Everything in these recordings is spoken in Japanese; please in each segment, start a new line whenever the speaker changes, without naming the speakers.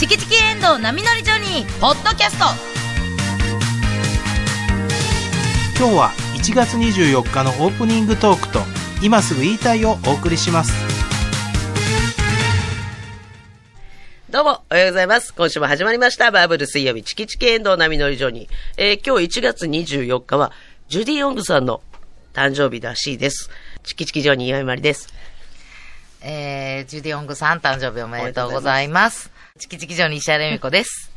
チキチキエンドウ波乗りジョニー」ポッドキャスト
今日は1月24日のオープニングトークと今すぐ言いたいをお送りします
どうも、おはようございます。今週も始まりました。バーブル水曜日、チキチキエンドウ波乗りジョニー。えー今日1月24日は、ジュディ・ヨングさんの誕生日らしいです。チキチキジョニー岩井まりです。
えー、ジュディ・オングさん、誕生日おめでとうございます。チキチキ城に石原由美子です。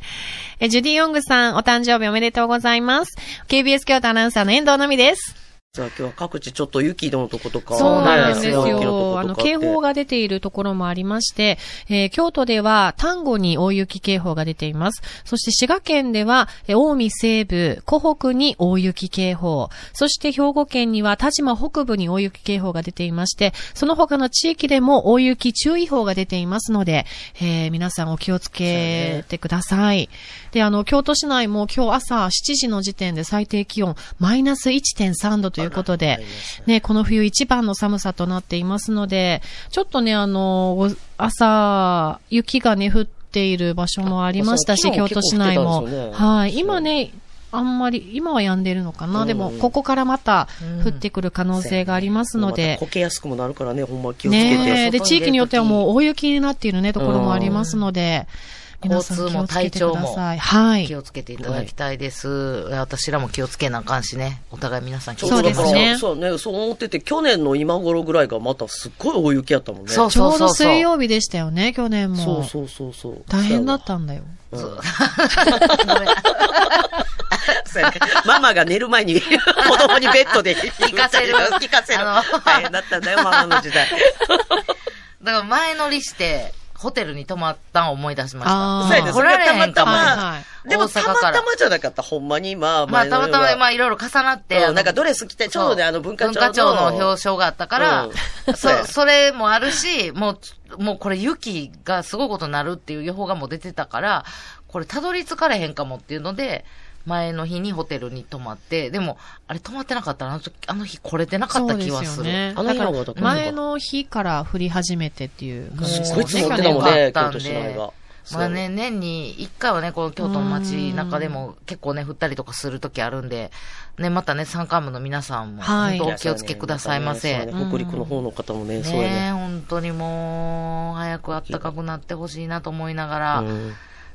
え、ジュディ・ヨングさん、お誕生日おめでとうございます。KBS 京都アナウンサーの遠藤奈美です。
さあ、今日は各地ちょっと雪のとことか、
そうなんです
ね雪のと
よ。
こ
あ
と
の、
か
警報
が。
が出ているところもありまして、えー京都では丹後に大雪警報が出ています。そして滋賀県では、えー近江西部、湖北に大雪警報、そして兵庫県には田島北部に大雪警報が出ていまして、その他の地域でも大雪注意報が出ていますので、えー皆さんお気をつけてください。で、あの、京都市内も今日朝7時の時点で最低気温マイナス1.3度ということで、ね、この冬一番の寒さとなっていますので、ちょっとね、あの、ご朝、雪がね、降っている場所もありましたし、
あそう
京都市内も。
昨日も結構降ってたんですよね
はい。今ね、あんまり、今は止んでるのかな。
うん
でも、ここからまた降ってくる可能性がありますので。
こけやすくもなるからね、ほんま気をつけて。
ねえ
外に出
で、
る時
地域によってはもう大雪になっているね、ところもありますので、
うん
皆さん気をつけてください。
気
はい。
をつけていただきたいです。私らも気をつけなあかんしね。お互い皆さん気をつ
そう
け
で
ますしょ
ね
そうね、そう思ってて、去年の今頃ぐらいがまたすっごい大雪やったもんね。
そう
ちょうど
そうそうそう
水曜日でしたよね、去年も。
そうそうそうそう。
大変だったんだよ。
うんそうやね ママが寝る前に子供にベッドで聞
かせる
聞かせる。
あの
大変だったんだよ、ママの時代。
だから前乗りして、ホテルに泊まったん思い出しま
あー
し
そうや
た。
ね
来られへんかも。
それがたまたま
はい。
でも、
大
た
阪
ま
から
たまじゃなかった、ほんまに。まあ、
まあ、たまたま、
っ
まあ、いろいろ重なって、あ
て。
の
なんかドレス着 て、ちょうどね、あの文化庁の。
文化庁の表彰があったから、
うんそうや
そ、それもあるし、もう、もうこれ雪がすごいことになるっていう予報がもう出てたから、これたどり着かれへんかもっていうので、前の日にホテルに泊まって、でも、あれ泊まってなかったら、あの時、あの日来れてなかった気はす
そう
る。
ですよね。
あの日の方が
だ
だと
から前の日から降り始めてっていう感じですす
ご
ね。
い積もって
去
たも
年
ん
は
ね、
去
京
年
都市内が。そう
まあね、年に1回はね、この京都の街中でも結構ね、降ったりとかする時あるんで、ね、またね、山間部の皆さんも、
はい
本当お気をつけくださいませ。
そうやね北陸の方の方もね、そうや
ねえ、
ね。
本当にもう、早く暖かくなってほしいなと思いながら、
うん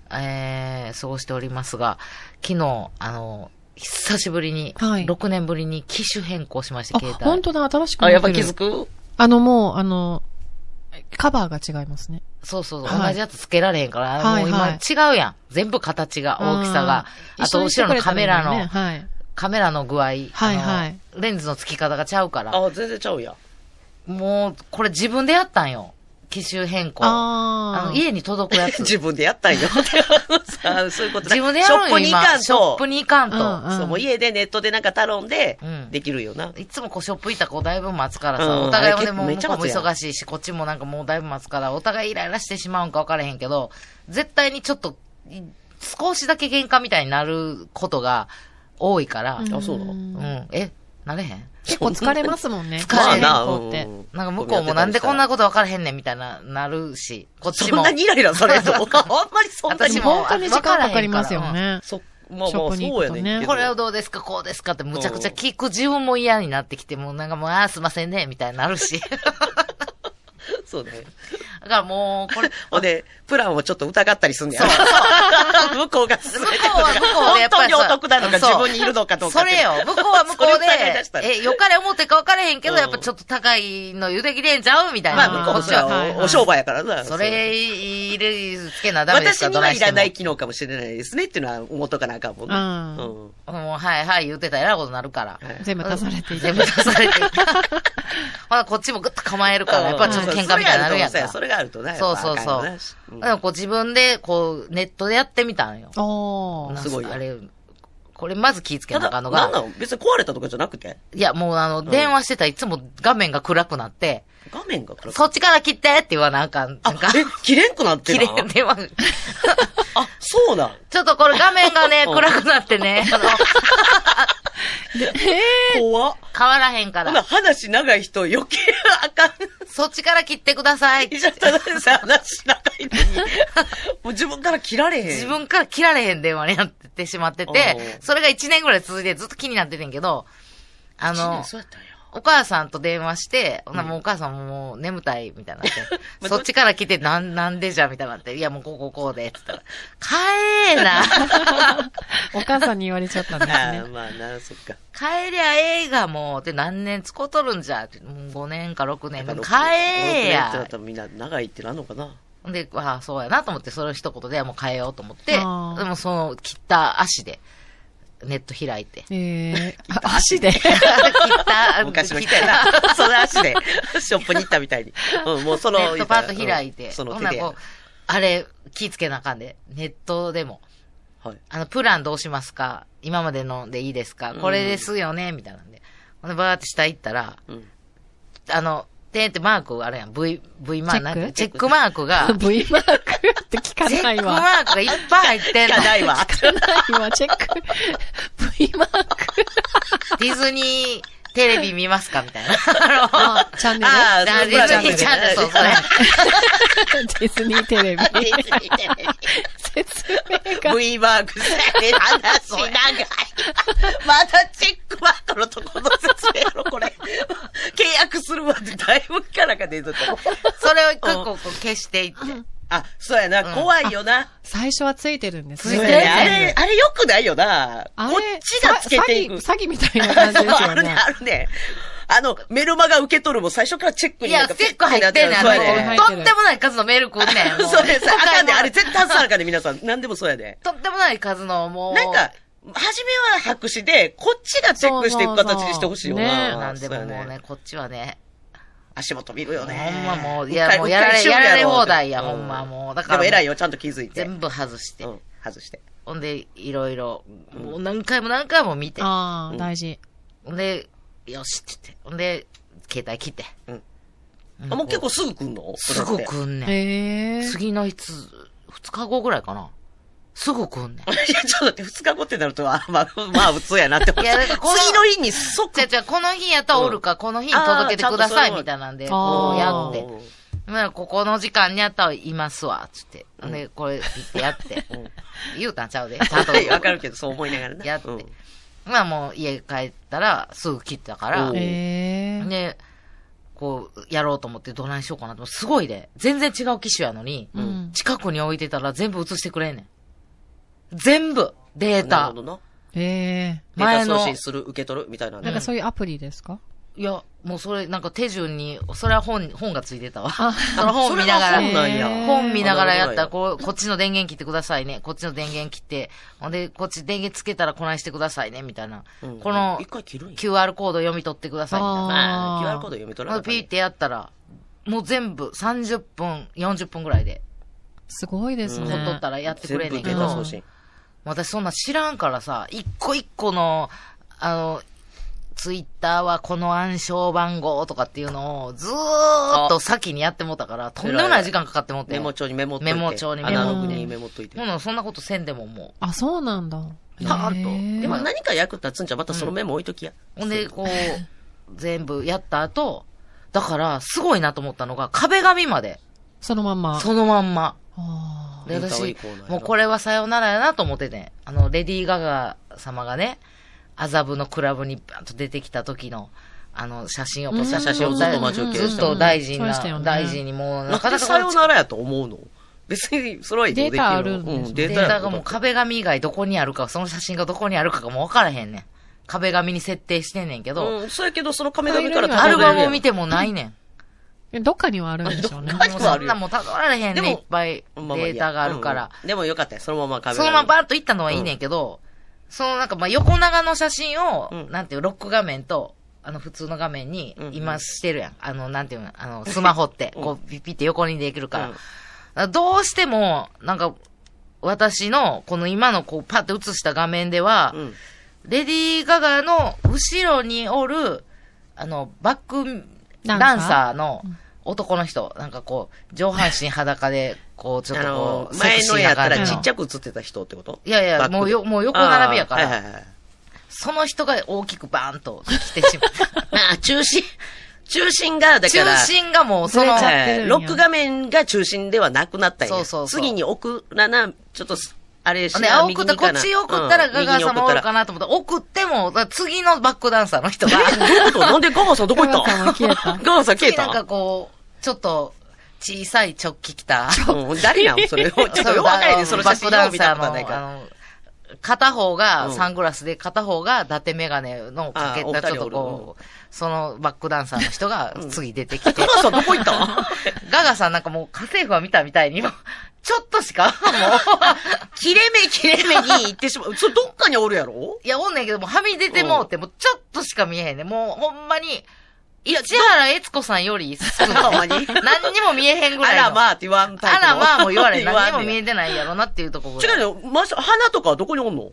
えー過ごしておりますが、昨日、あの、久しぶりに、
はい
6年ぶりに機種変更しました、
あ、
携帯。
本当だ、新しくな
あ、
って
やっぱ
る
気づく
あの、もう、あの、カバーが違いますね。
そうそうそう、
はい
同じやつつけられへんから、
はい
もう今、
はい
違うやん。全部形が、大きさが。
うん
あと、後ろ
一緒に
の
してく
カ
れ
メ
たら
ラ
い
の、
いねはい。
カメラの具合。はい
はいはい
レンズの付き方がちゃうから。
あ、全然ちゃうやん。
もう、これ自分でやったんよ。機種変更。あ
あ
の、
ー。
家に届くや つ。
自分でやったんよ。あそういうことだ
自分でや
シ
る
ョ
ん
ッ
よ
プに行
今
かんと。
ショップに行かんと。
うん
そう、もう家でネットでなんか頼んで
うん、
できるよな。
いつもこうショップ行ったらこうだいぶ待つからさ、
うん
お互いは
あれ結
ね、
構
もう
め
向
っちゃ
こうも
待つやん
忙しいし、こっちもなんかもうだいぶ待つから、お互いイライラしてしまうんか分からへんけど、絶対にちょっと、い少しだけ喧嘩みたいになることが多いから、うん、
あ、そうだ。
え、なれへん
結構 疲 れますもんね。
まあな
機種変更って。
うん
なんか向こうもなんでこんなこと分からへんねんみたいな、なるし、こっち
そん
も。
なにイライラされるのあんまり そんなに
私
も。
も
本当に時間かかりますよ
わか
ね。
そ、まあまあ、
ショ
そ
ップに行
う
く
や
とね
ねんけど。
これをどうですか、こうですかって、むちゃくちゃ聞く自分も嫌になってきて、もうなんかもう、ああ、すいませんね、みたいになる し。
そうね。
だからもう、これ、
ほんで、プランをちょっと疑ったりすんねや。 向こうが勧めてくるのが
向こうは向こうで
本
やっぱ
当
り
にお得なのか
そう
自分にいるのかどうかっ
そ
て。
れよ。向こうは向こう
それ疑い出したら
で、え、よかれ思ってか分からへんけど、
うん
やっぱちょっと高いの茹で切れんちゃうみたいな。
まあ、向こうもそれ
あーはい
は
はい
おお商売やからな。
そ
そう
れ、入れ、つけなダメです
私
か、
にはいらない
い
機能かもしれないですねっていうのは思っとかなあかんもんね。
うん
うん
もう、はいはい、言ってたらえらいことになるから。
はい
全部足されていて
全部出されて。 ほな、こっちもぐっと構えるから、やっぱちょっと喧嘩みたいになるやんか。
それがあるとね。
そうそうそう。だからこう自分で、こう、ネットでやってみたんよ。
おー。
すごいよ
あれ、これまず気ぃつけ
た
なあか
だ、
んの
なんな
が。
の別に壊れたとかじゃなくて
いや、もうあの、電話してたらいつも画面が暗くなって、
画面が暗く
そっちから切ってって言わなあかん。なんか
あ、え、切れんくなって
切
る
れ、電話。
あ、そうなん。
ちょっとこれ画面がね、暗くなってね、あの、
怖っ。
変わらへんか
ほな
ら、
話長い人余計あかん。
そっちから切ってください。
じゃあ、ただでさえ話長いの に。もう自分から切られへん。
自分から切られへん電話になってしまって
おう
て、それが1年ぐらい続いてずっと気になっててんけど、あ
一
の
年、そうやったんや。
お母さんと電話して、ほなもうお母さんももう眠たい、みたいにな っ
ま
て。
あ
そっちから来て、なん、なんでじゃ、みたいになって。いや、もうこうこうこうで、つ ったら。帰れな。
お母さんに言われちゃったん です
ああ、
ね。
まあな、そっか。
帰りゃええがもう、って何年使うとるんじゃ、って。もう5年か6年。
やっぱ
帰れ
六年ってなっ
や
た。らみんな長いってなんのか な。
で、ああ、そうやなと思って、それを一言でもう変えようと思って、で
あー
もその、切った足で、ネット開 いて。
えー、あ足で。
切った、
昔の
切
人
った
やな。 その足で、ショップに行ったみたいに。うん、もうその。
ネットパート開いて、
うんその
ほん
手
なら
で。
こ
は
う、あれ、気ぃつけなあかんで、ネットでも。
い。
あの、プランどうしますか今までのでいいですかこれですよねみたいなんで。ほんで、バーって下行ったら、
うん
あの、てんってマークあるやん。V、V マーク
チェック、
なんて、チェックマーク が
V マークって聞か
チェ
な
ッ
い
クマ
わ。
ークがいっぱい入って
い
ん
や、
の。
ないわ。
ないわ、チェック。V マーク。
ディズニーテレビ見ますかみたいな。
あチャンネ
あ
あの、ディズニーチャンネル、そう、それ。
ル。 ディズニーテレビ。
ディズニーテレビ
説明が。
V マークされ話長い。またチェックマークのとこの説明やろ、これ。契約するまでだいぶキャラが出てた。
それを一個一個こう消していって。
あ、そうやな、怖いよな。
最初はついてるんです
つい
そう
て
ね。
や
る
ねあれ、あれ良くないよな。こ
あ
っ
れ
ちがつけていく。
さ詐欺、詐欺みたいな感じです
あ
よ
るね、
ね。
あるね。あの、メルマガ受け取るも最初からチェックに
い
な
や、
んか
チェック入ってんねん。
そ
あ
うやね
は
の、
い
とんでもない数のメール来んねん。も う
そうです。あかんで、
もう
あれ絶対外さなあかんで、皆さん。何でもそうやで。
とんでもない数の、もう。
なんか、初めは白紙で、こっちがチェックしていく形にしてほしいよ
そうそうそう
な。
な
あ
んで
そう
もも
や
うね、。こっちはね。
足元見るよ
ほ
ね。
んまもう、い
一
や、
回
もうやら
うっかり
れ、
しよ
や
う
ら
や
れ
ろ
放題や、
うん
ほんまもう。だか
で
ら。
も偉いよ、ちゃんと気づいて。
全部外して
う。ん、外して。
ほんで、いろいろ、もう何回も何回も見て。
ああ、大事。
ほんで、よしって言って。ほんで、携帯切って。
うん
ん
あ、もう結構すぐ来んの
すぐ来んねん。
ええー。
次のいつ、二日後ぐらいかな。すぐ来んねん。
いや、ちょっと待って、 二日後ってなると、あまあ、まあ、普通やなって思っ
い
て。
やだからこの
次の日に即。
じゃあじゃあこの日やったらおるか、この日に届けてください、みたいなんで、こ
あ
う
ー
や
ゃ
っ
あ
て。まあ、ここの時間にやったらいますわ、つって。で、これ、行ってやって。 言うたんちゃうで。ち ゃんと。
はいわかるけど、そう思いながらな。
やって
うん
まあ、もう家帰ったら、すぐ切ったから
おう、
えー。
で、こう、やろうと思ってどないしようかなと思って。すごいで。全然違う機種やのに、
うん
近くに置いてたら全部映してくれんねん。全部デー
なる
タ
ほど。な。
え
データ
前
送
の
信する、受け取るみたいな
ー。なん
ね
か。そういうアプリですか
いや、もうそれ、なんか手順に、それは本、本がついてたわ。
あ
その本見ながら。
それが本なん
へ
や。
ー
本見ながらやった
あ
ら、こう、こっちの電源切ってくださいね。こっちの電源切って、ほんで、こっち電源つけたらこないしてくださいね、みたいな。
うん
この
一回切るんや。
QR コード読み取ってください、みたいな。
あー
QR コード読み取らな
ほ
んい。
でピーってやったら、もう全部30分、40分ぐらいで、
すごいですね。
取ったらやってくれんねんけ
全部データ送
ど、
信。
私そんな知らんからさ、一個一個の、あの、ツイッターはこの暗証番号とかっていうのをずーっと先にやってもうたから、とんでもない時間かかってもうて。
メモ帳にメモっといて。
メモ帳に
ア
メ
モっ
ナ
て
ログにメモっといて
ほ。なそんなことせんでもも
あ、そうなんだ。
パーンと
え
でも
ー
何か役立つんじゃ、またそのメモ置いときや。
う。ほんで、こう、全部やった後、だから、すごいなと思ったのが、壁紙まで、
そのまんま。
そのまんま。
あ
で、
レンタル以
私
降なんや、な
もうこれはさよならやなと思っててん。あの、レディー・ガガ様がね、麻布のクラブにバンと出てきた時の、あの、写真をポツ
写真をずっと待ち受け
ず
し
って
た
と大臣
そうでしたよ
が、
ね
大臣にも
な
う、なん
か
か
で
な
さよ
か、
ならやと思うの別に、それは移動できる
データあるんですね
うん
デ
デ
ー
ー
タ
タ
がもう壁紙以外どこにあるか、その写真がどこにあるかがもうわからへんねん。壁紙に設定してんねんけど、
うん、そうやけど、その壁紙から
あ
アルバムを見
て。
てもないねん。
ー。どっかにはあるんでしょう ね。
かに
もう
は
そ
ある
ん
よ
なもんたどられへん
でも
ねん、いっぱいデ
まあまあいい
ー
や
タがあるから。。
うんでもよかったよ、そのまま壁
そのままバーッと行ったのはいいねんけど、そのなんかまあ横長の写真を、
うん
なんていう、ロック画面と、あの普通の画面に
うんうん
今してるやん。あの、なんていうの、あの、スマホって、
うん
こうピッピって横にできるから。
うん
だからどうしても、なんか、私の、この今のこうパッと映した画面では、
うん。
レディー・ガガの後ろにおる、あの、バック
ダンサー
ダンサーの男の人、なんかこう、上半身裸で、こう、ちょっ
あ
とこ
の
う、、セク
前
シ
の
ー
や
な
った
感じ
らち
の。
っちゃく映ってた人ってこと
いやいや、もうよ、もう横並びやから、
あーはいはいはい
その人が大きくバーンと来て しまう。
まあ、中心、中心が、だか
中
ら、
心がもう、その、
ずれちゃって
えーロック画面が中心ではなくなったんや。
そうそうそう
次に送らな、ちょっとす、あれしな
ね、あ送っ
右
た、
に
こ
か
っ
な
ち送ったらガガー様おるか
な。
なと思ったら、送っても、だから次のバックダンサーの 人が、
うん右に送ったらえどういうことなんでガガさんどこ行った
ガガさんは消えた
ガガさん消え
なんか
た
こう、ちょっと、小さいチョッキ 着た。
うん誰やん、そ れ。ちょっとよくわからへんねその写真を見たことないから。
あの片方が
うん
サングラスで、片方が伊達メガネのかけ
あお二
た、
人
ちょっと
お
こう、そのバックダンサーの人が次出 てきて
ガ。ガさんどこ行った
ガガさんなんかもう家政婦は見たみたいに、もうちょっとしか、もう、
切れ目切れ目に行ってしまう。それどっかにおるやろ
いや、おんねんけど、もうはみ出てもうて、もうちょっとしか見えへんねん。もう、ほんまに、
いや、
市原悦子さんより少ない。
ほんまに
何にも見えへんぐら
あ
いの。
らまあって言わんタイ
あ
プの。
らまあも言われん。
言わんね
何
ん
にも見えてないやろなっていうところ
違うよ。まさ、花とかはどこにおんの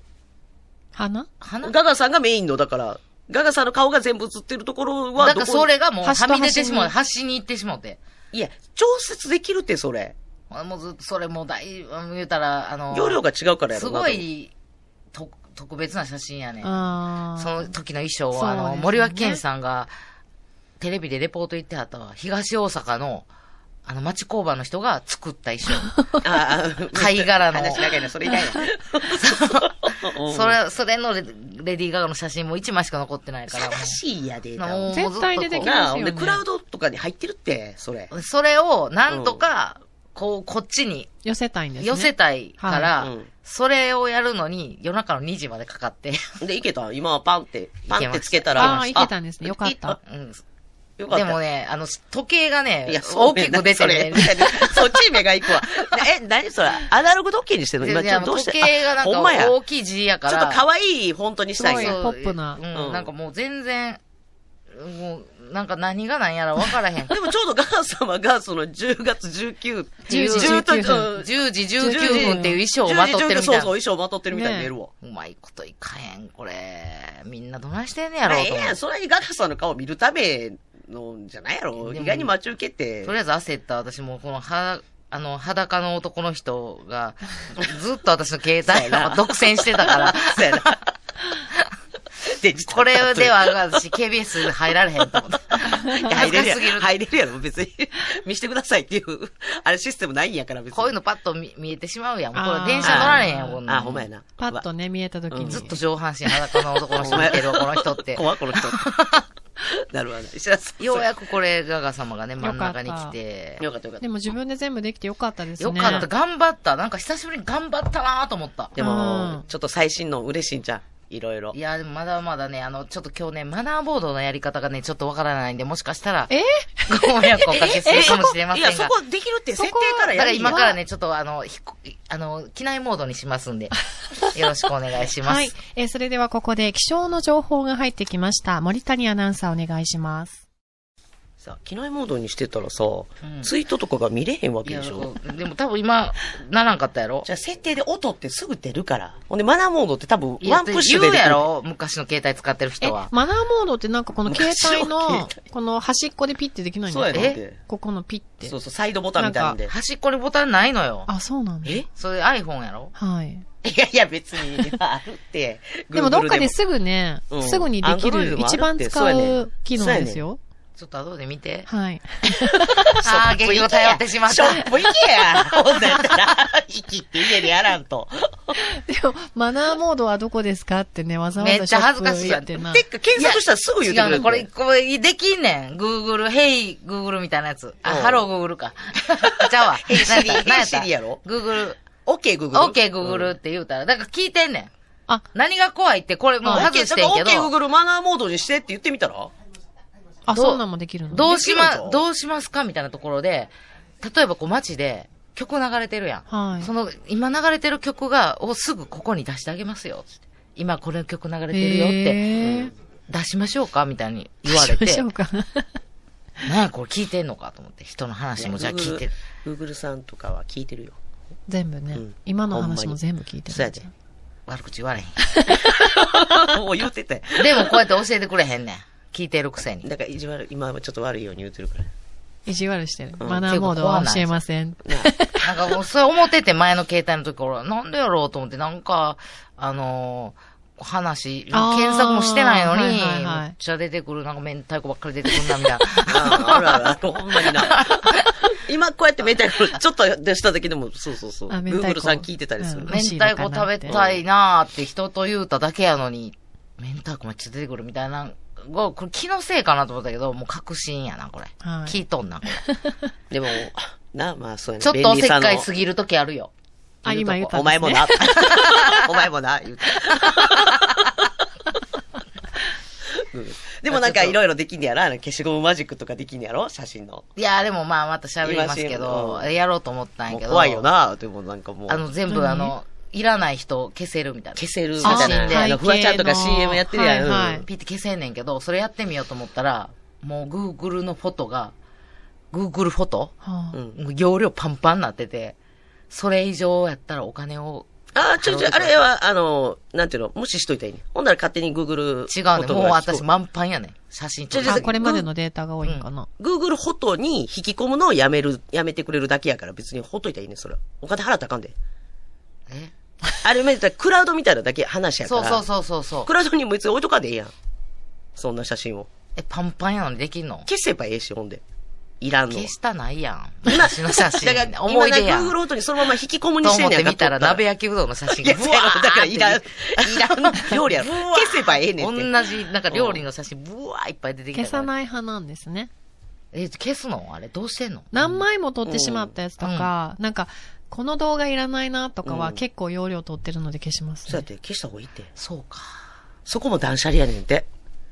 花
花
ガガさんがメインの、だから、ガガさんの顔が全部映ってるところは
だ
どこ
か
に
らそれがもう
端と
は
端に
み出てしまう。端に行ってしまうて。
いや、調節できるって、それ。
もうずっと、それもう大、言うたら、あの、
容量が違うからや
す
ろな。
ごい、と、特別な写真やね。
あ
そ
あ。
の時の衣装
そう
は、
ですね
あの、森脇健さんが、テレビでレポート行ってはったわ。東大阪の、あの、町工場の人が作った衣装。
多分。ああ、
貝殻の
話長いな、それ以 外は。
それ、それのレレディーガガの写真も一枚しか残ってな いから。もう
悲しいやで。
も
な
う
絶対出てき
あ、
ます
ほん
よ、
で、
ね。
クラウドとかに入ってるって、それ。
それを、なんとか、こう、こっちに
寄せたいんですね。
寄せたいから、
はいうん
それをやるのに、夜中の2時までかかって。
で、いけた今はパンって、パンってつけたら。
ああー、いけたんですね。よかっ
あ
た。。
うん
いよかっ
で
た。
もね、あの、時計がね、
いや、そう
大きく出てるね
そ。れそっちに目が行くわ。え、何それアナログ時計にしてるの今
い
ちょ
や
っとどうして
時計がなん
あほんまや。
か
ちょっ
大きい字やか
と
ら。
可愛いフォントにしたいん
い
や。
ポップな
うん
うん
なんかもう全然、もう、なんか何が何やら分か らへん。
でもちょうどガー様が、その10月19、
10時
10と
19分
うん
10時19分っていう衣装を
10
ま
時
とってるみ
そう
た
そう
い、
衣
な。
装まとってるみたいに見えるわ。
うまいこといかへん、これ。みんなどないしてんねや
まあ
ろ
え
うと
え
思
や
っ
ん、
て。
それにガガさんの顔見るためのんじゃないやろ。
でも
意外に待ち受けて
と。りあえず焦った。私もうこの、は、あの、裸の男の人 が、ずっと私の携帯を独占してたから、
そうやなデジタル
これでは私 KBS 入られへんと思って。
いや入
恥
れる
ずかし
や
すぎる
ろ。。入れるやろ、別に。見してくださいっていう。あれシステムないんやから、別に。
こういうのパッと見見えてしまうやん。こ
あー
れ電車乗られへんやん、こんな
あ、
ん
ほんまやな。
パッとね、見えた時
う
に。
ん
ずっと上半身裸の男の人見てるわ、この人って。
怖い、この人。なるほど。石田さん
ようやくこれ、ガガ様がね、真
かった
ん中に来て。
よかったよかった
で。も自分で全部できてよかったですね。
よかった、。頑張った。なんか久しぶりに頑張ったなと思った。
で
う
も
ん、
ちょっと最新の嬉しいんじゃん。いろいろ
い。や、でもまだまだね、あの、ちょっと今日ね、マナーボードのやり方がね、ちょっとわからないんで、もしかしたら、
え
ご迷惑をおかけするかもしれませ
い
んが。
や、そこできるって設定から
だか
や
ら
る
今からね、ちょっとあの、ひこあの、機内モードにしま すんで、よろしくお願いします。
はい。えーそれではここで気象の情報が入ってきました。森谷アナウンサーお願いします。
さ、機内モードにしてたらさ、
ん
ツイートとかが見れへんわ
い
け
や、
でしょ。
でも多分今、ならんかったやろ
じゃあ設定で音ってすぐ出るから。ほんで、マナーモードって多分
いや
ワンプッシュで
言
で
う
き
や
る。
ろ昔の携帯使ってる
え、
人
マ
は。
ナーモードってなんかこの携
昔
帯の
は携、
この端っこでピッてできないん
そうや
だ
ねんて。
ここのピッて
そう。そう、サイドボタンみたいなんで。
端っこにボタンないのよ。
あ、そうなんだ。
え
それ iPhone やろ
はい。
いやいや、別に、あるって。
でもどっか
Google
ですぐね
う、ん
すぐにでき
Android
る、
もあるって
一番使う機能ですよ。
ちょっと後で見て。
はい。
ああ、結局頼ってしまっ
シ
た
ョ。ップ行けや ほんなやったら、生きって家でやらんと。
でも、マナーモードはどこですかってね、わざわ
め
ざ
っちゃ恥ずかしい
やってな。
てっか、検索したらすぐ言
違
ってく
う
れる
ね。
んで。
これ、これ、できんねん。Google、Hey Google みたいなやつ。あ、
うん
ハロー Google か。 ちゃうわ。
Hey Siri
何やった何やった
Hey Siri やろ
?Google、
OK、Google。
OK Google って言うたら、だから聞いてんねん。
あ、
何が怖いって、これもう
うん
外してんけ
OK、
ど、
Google マナーモードにしてって言ってみたら
あ、
どう
そうなんもできるの
どうし
できる
ま
ぞ、
どうしますかみたいなところで、例えばこう街で曲流れてるやん。
はい
その、今流れてる曲が、をすぐここに出してあげますよ。つって今この曲流れてるよって、
へー
出しましょうかみたいに言われて。
しましょうか。
なんやこれ聞いてんのかと思って、人の話もじゃあ聞いてる。
Google さんとかは聞いてるよ。
全部ね
ん。
今の話も全部聞いてる。
そうやで。
悪口言われへ
もう言うてたよ
ん。でもこうやって教えてくれへんねん。聞いてるくせに。
だから、意地悪い、今はちょっと悪いように言うてるから。
意地悪してる。
うん
マナーモードは教えません。
なんかもう、それ思ってて、前の携帯の時から、なんでやろうと思って、なんか、あのー話、
あー
検索もしてないのに、
はいはいはい
めっちゃ出てくる、なんか明太子ばっかり出てくるな、みたいな。
ああるある、 ほんまにな。今こうやって明太子、ちょっと出した時でも、そうそうそう。
あ明太子
Google さん聞いてたりする。
うん
明太子食べたいなーって人と言うただけやのに、明太子めっちゃ出てくるみたいな、これ気のせいかなと思ったけど、もう確信やな、これ。
はい
聞いとんな、これ。
でも、なあ、まあそうやね。
ちょっとお
便
せっ
利さの
かいすぎる時あるよ。
あ、
言うとこ
今言った
お
ん
前
ですね
もな。お前もな、言うて。うんでもなんかいろいろできんねやろあの消しゴムマジックとかできんねやろ写真の。
いやーでもまあまた喋りますけど
今、し
やろうと思ったんや
もう
けど。
怖いよな。でもなんかもう。
あの、全部あの、いらない人を消せるみたいな。
消せるみ
写
たい
真
な。
で。
あ
あ
の、フワちゃんとか
背景の
CM やってるやん。
はいはい
うん
ピッて消せんねんけど、それやってみようと思ったら、もう Google のフォトが、Google フォト
はあ
うん
もう容量パンパンになってて、それ以上やったらお金を、
あー、ちょいちょい、あれは、あの、なんていうの、無視しといたらいいね。ほんなら勝手に Google
違うねん。もう私
ま、
満パンやねん。写真と
ちょ
か
ち
あ
ょ。
これまでのデータが多いんかな。
Google フォトに引き込むのをやめる、やめてくれるだけやから別にほっといたらいいね、それは。お金払ったらあかんで。
え
あれ、めでたらクラウドみたいなだけ話やか
そ
ら。
うそうそうそうそう
ク。ラウドにも別に置いとかんでええやん。そんな写真を。
え、パンパンやのにできんの
消せばええし、ほんで。いらんのは。
消したないやん。私の写真。
だから、
思い出
今
やん。
な Google フォトにそのまま引き込むに
と
して
思
ん
っ
ねや
て
んか
みたら、
撮っ
鍋焼きうどんの写真
いや、
が。
そうやろだからいらん、いらん料理やろ。
うわー
消せばええねんって。
同じ、なんか料理の写真、ブワーいっぱい出てきた
消
から
さない派なんですね。
え、消すのあれ、どうしてんの
何枚も撮ってしまったやつとか、なんか、この動画いらないなとかは結構容量取ってるので消しま
そ
す
うやっ
ね。
て消した方がいいって。
そうか。
そこも断捨離やねんって。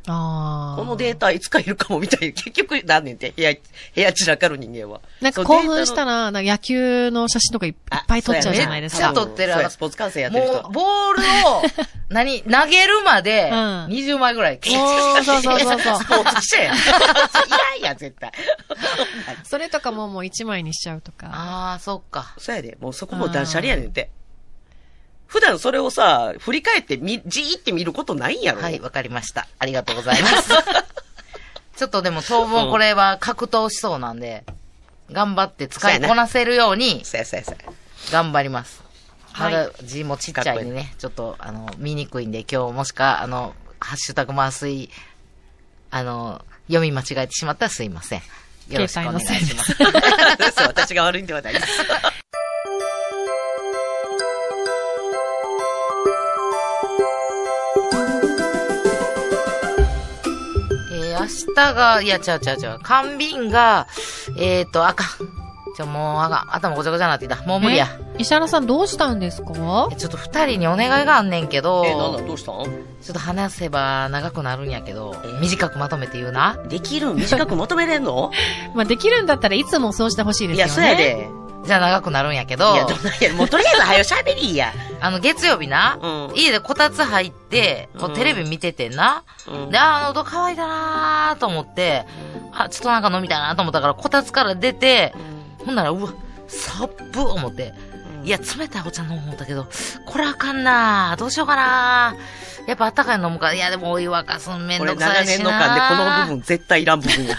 ああ。
このデータいつかいるかもみたいな。結局なんねんて。部屋、部屋散らかる人間は。
なんか興奮したら、なんか野球の写真とかいっ
あ
ぱい撮っちゃうじゃないです
め
か
っち。ゃ撮ってる
そうやスポーツ観戦やってる人
もう、ボール を、何、投げるまで、
うん
20枚ぐらい。
おーそうそうそうそう
スポーツ記者 やん。
そういらんやん、絶対。
それとかももう一枚にしちゃうとか。
ああ、そっか。
そうやで。もうそこも断捨離やねんて。普段それをさ、振り返ってみ、じーって見ることないんやろ。
はい、わかりました。ありがとうございます。 ちょっとでも当分これは格闘しそうなんで、頑張って使いこなせるように、
そうやそうやそうや。
頑張ります。
は
ま
い
だ字もちっちゃいんでね、ちょっと、あの、見にくいんで、今日もしか、あの、ハッシュタグ麻酔、あの、読み間違えてしまったらすいません。よろしくお願いします。
そう私が悪いんではないです。
えー、明日が、いや、ちゃうちゃうちゃう、缶瓶が、えっ、ー、と、あかん。ちょ、もう、あかん。頭ごちゃごちゃになってきた。もう無理や。
え。石原さんどうしたんですか
えちょっと二人に お願いがあんねんけど、
え、なんだ、どうしたん
ちょっと話せば長くなるんやけど、短くまとめて言うな。
できるん短く求めれんの
まあ、できるんだったらいつもそうしてほしいで
い
すよ
や、
ね。
そうや。で。
じゃあ長くなるんやけ
い
ど、
や、どんなんや。もうとりあえず、はよ喋りや。
あの、月曜日な、
うん
家でこたつ入って、こ
うん
うテレビ見ててんな。
うん
で、あの、ど乾いたなーと思って、あ、ちょっとなんか飲みたいなと思ったから、こたつから出て、ほんなら、うわ、サップ思って、いや、冷たいお茶飲もう思ったけど、これあかんなーどうしようかなーやっぱあったかいの飲むから、いや、でもお湯沸かすのめん
こ
ど
れ
くさ
7
いし
年
な
の
ー
間でこの部分絶対いらん部分や。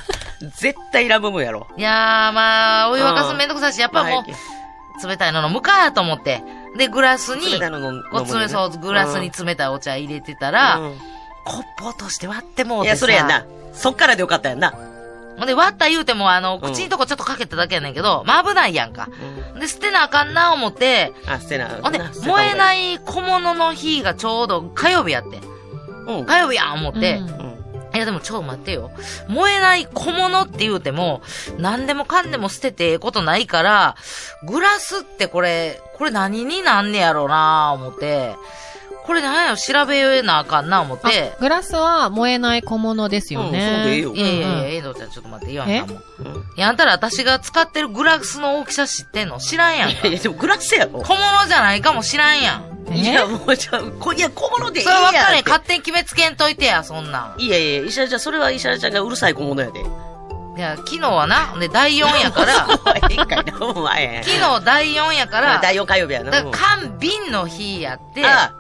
絶対いらん部分やろ。
いやー、まあ、お湯沸かすのめんどくさいし、やっぱも
まあ
う、冷たいの飲むかと思って。で、グラスに
冷たいの飲む
こう
飲むね
つそう、グラスに冷たいお茶入れてたら、
うん
コップ落として割ってもう
い
てさ
や、それやんな。そっからでよかったやんな。
ほんで、割った言うても、あの、
うん
口んとこちょっとかけただけやねんけど、まあ危ないやんか。で、捨てなあかんな思って、
あ、捨てな。
ほんで、
な
燃えない小物の日がちょうど火曜日やって。
うん。
火曜日やん思って、
うん
うん
いやでもちょっと待ってよ。燃えない小物って言うても、何でもかんでも捨ててええことないから、グラスってこれ、これ何になんねやろうなぁ思って、これ何やろ調べなあかんな思っ
あ
て、
グラスは燃えない小物ですよ
うんそうでええ
ね。
よ
いやいやいや、ええのちゃんちょっと待って、言わんかも。
うん
いや、あんたら私が使ってるグラスの大きさ知ってんの知らんやんか。
いや、でもグラスやろ。
小物じゃないかも知らんやん。
え
い や、もうじゃあ、こいや、小物でいい
そ
や
れ
ん
は分かれ
っ
へん。
て
勝手に決めつけんといてや、そんなん。
いやいや、石原ちゃん、それは石原ちゃんがうるさい小物やで。
いや、昨日はな、で、第4や から、
お前、ええんかいな、お前。
昨日第4や か
まあ
ら、
第4火曜日やな。
だ
う
か
ん
ら缶瓶の日やって、あ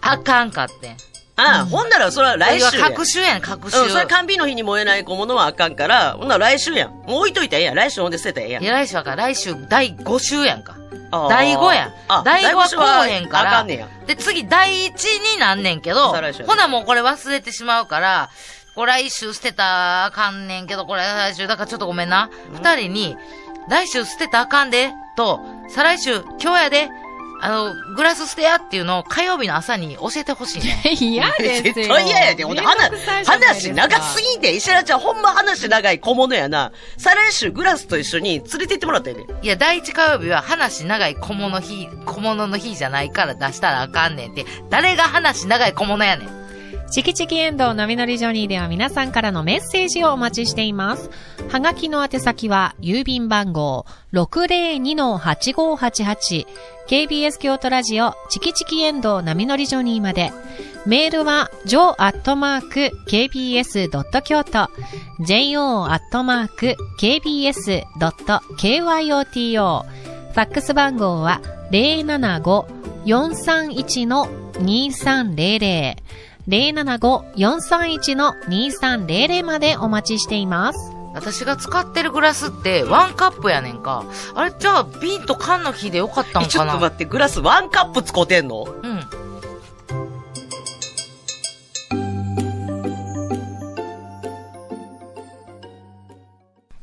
あ
かんかってん。
あ、ほんならそれは来週や。
各種やん、各
う
種。
ん、それ完備の日に燃えない小物はあかんから、ほんなら来週やん。もう置いといたらええやん。来週ほんで捨てたらええやん
い。や、来週はか、来週第5週やんか。
あー
第5やん
あ。
第5は来おへんか
あ
ら。
かんねや。
で、次第1になんねんけど、
再来週やね
ほなもうこれ忘れてしまうから、これ来週捨てたらあかんねんけど、これ来週、だからちょっとごめんな。二人に、来週捨てたらあかんで、と、再来週、今日やで、あの、グラス捨てやっていうのを火曜日の朝に教えてほしいねん。
嫌ですよ。
絶対嫌やで。ほんで、話、話長すぎんで。石原ちゃん、ほんま話長い小物やな。再来週、グラスと一緒に連れて行ってもらったよね。
いや、第一火曜日は話長い小物日、小物の日じゃないから出したらあかんねんって、誰が話長い小物やねん。
チキチキエンドウ波乗りジョニーでは皆さんからのメッセージをお待ちしています。はがきの宛先は郵便番号 602-8588KBS 京都ラジオチキチキエンドウ波乗りジョニーまで。メールは jo.kbs.kyoto jo.kbs.kyoto ファックス番号は075-431-2300 075-431-2300までお待ちしています。
私が使ってるグラスってワンカップやねんか。あれ、じゃあ瓶と缶の日でよかったん
えちょ
か
っと
な
待って、グラスワンカップ使ってんの
うん。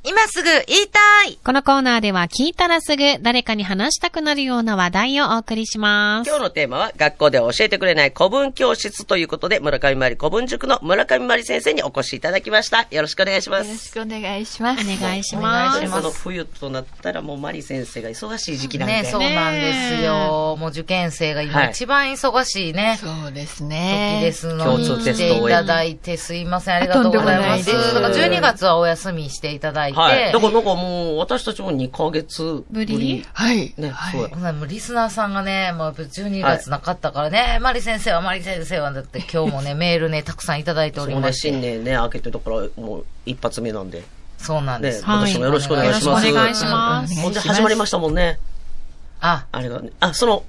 今すぐ言いたい
このコーナーでは聞いたらすぐ誰かに話したくなるような話題をお送りします。
今日のテーマは、学校では教えてくれない古文教室ということで、村上まり古文塾の村上まり先生にお越しいただきました。よろしくお願いしま
よろし
す。
くお願いしま
お
す。
願いし
お
ま
願いし
す。
ま
この冬となったら、もうまり先生が忙しい時期なんで。
ね、そうなんですよ。もう受験生が
は
今
い
一番忙しいね。
そうです
時
ね。
ですのに
共通テ
来
スト
て
を終えに
いただいてすいません、ありがとうございます。
とんでもないです
だから12月はお休みしていただいて、
はい。だからなんかもう、私たちも2ヶ月ぶり。
ぶり
はい。
ね、
はい
そうや。
ほんならもうリスナーさんがね、もうやっぱ12月なかったからね、マリ先生はマリ先生はだって今日もね、メールね、たくさんいただいており
そう
ま
ね、
して。
新年ね、明けてだから、もう一発目なんで。
そうなんで
ね、
す。
はい
今年もよろしくお願いします。
よろしくお願いしま
お願いします
ほんで始まりましたもんね。
あ、
あれがね。あ、その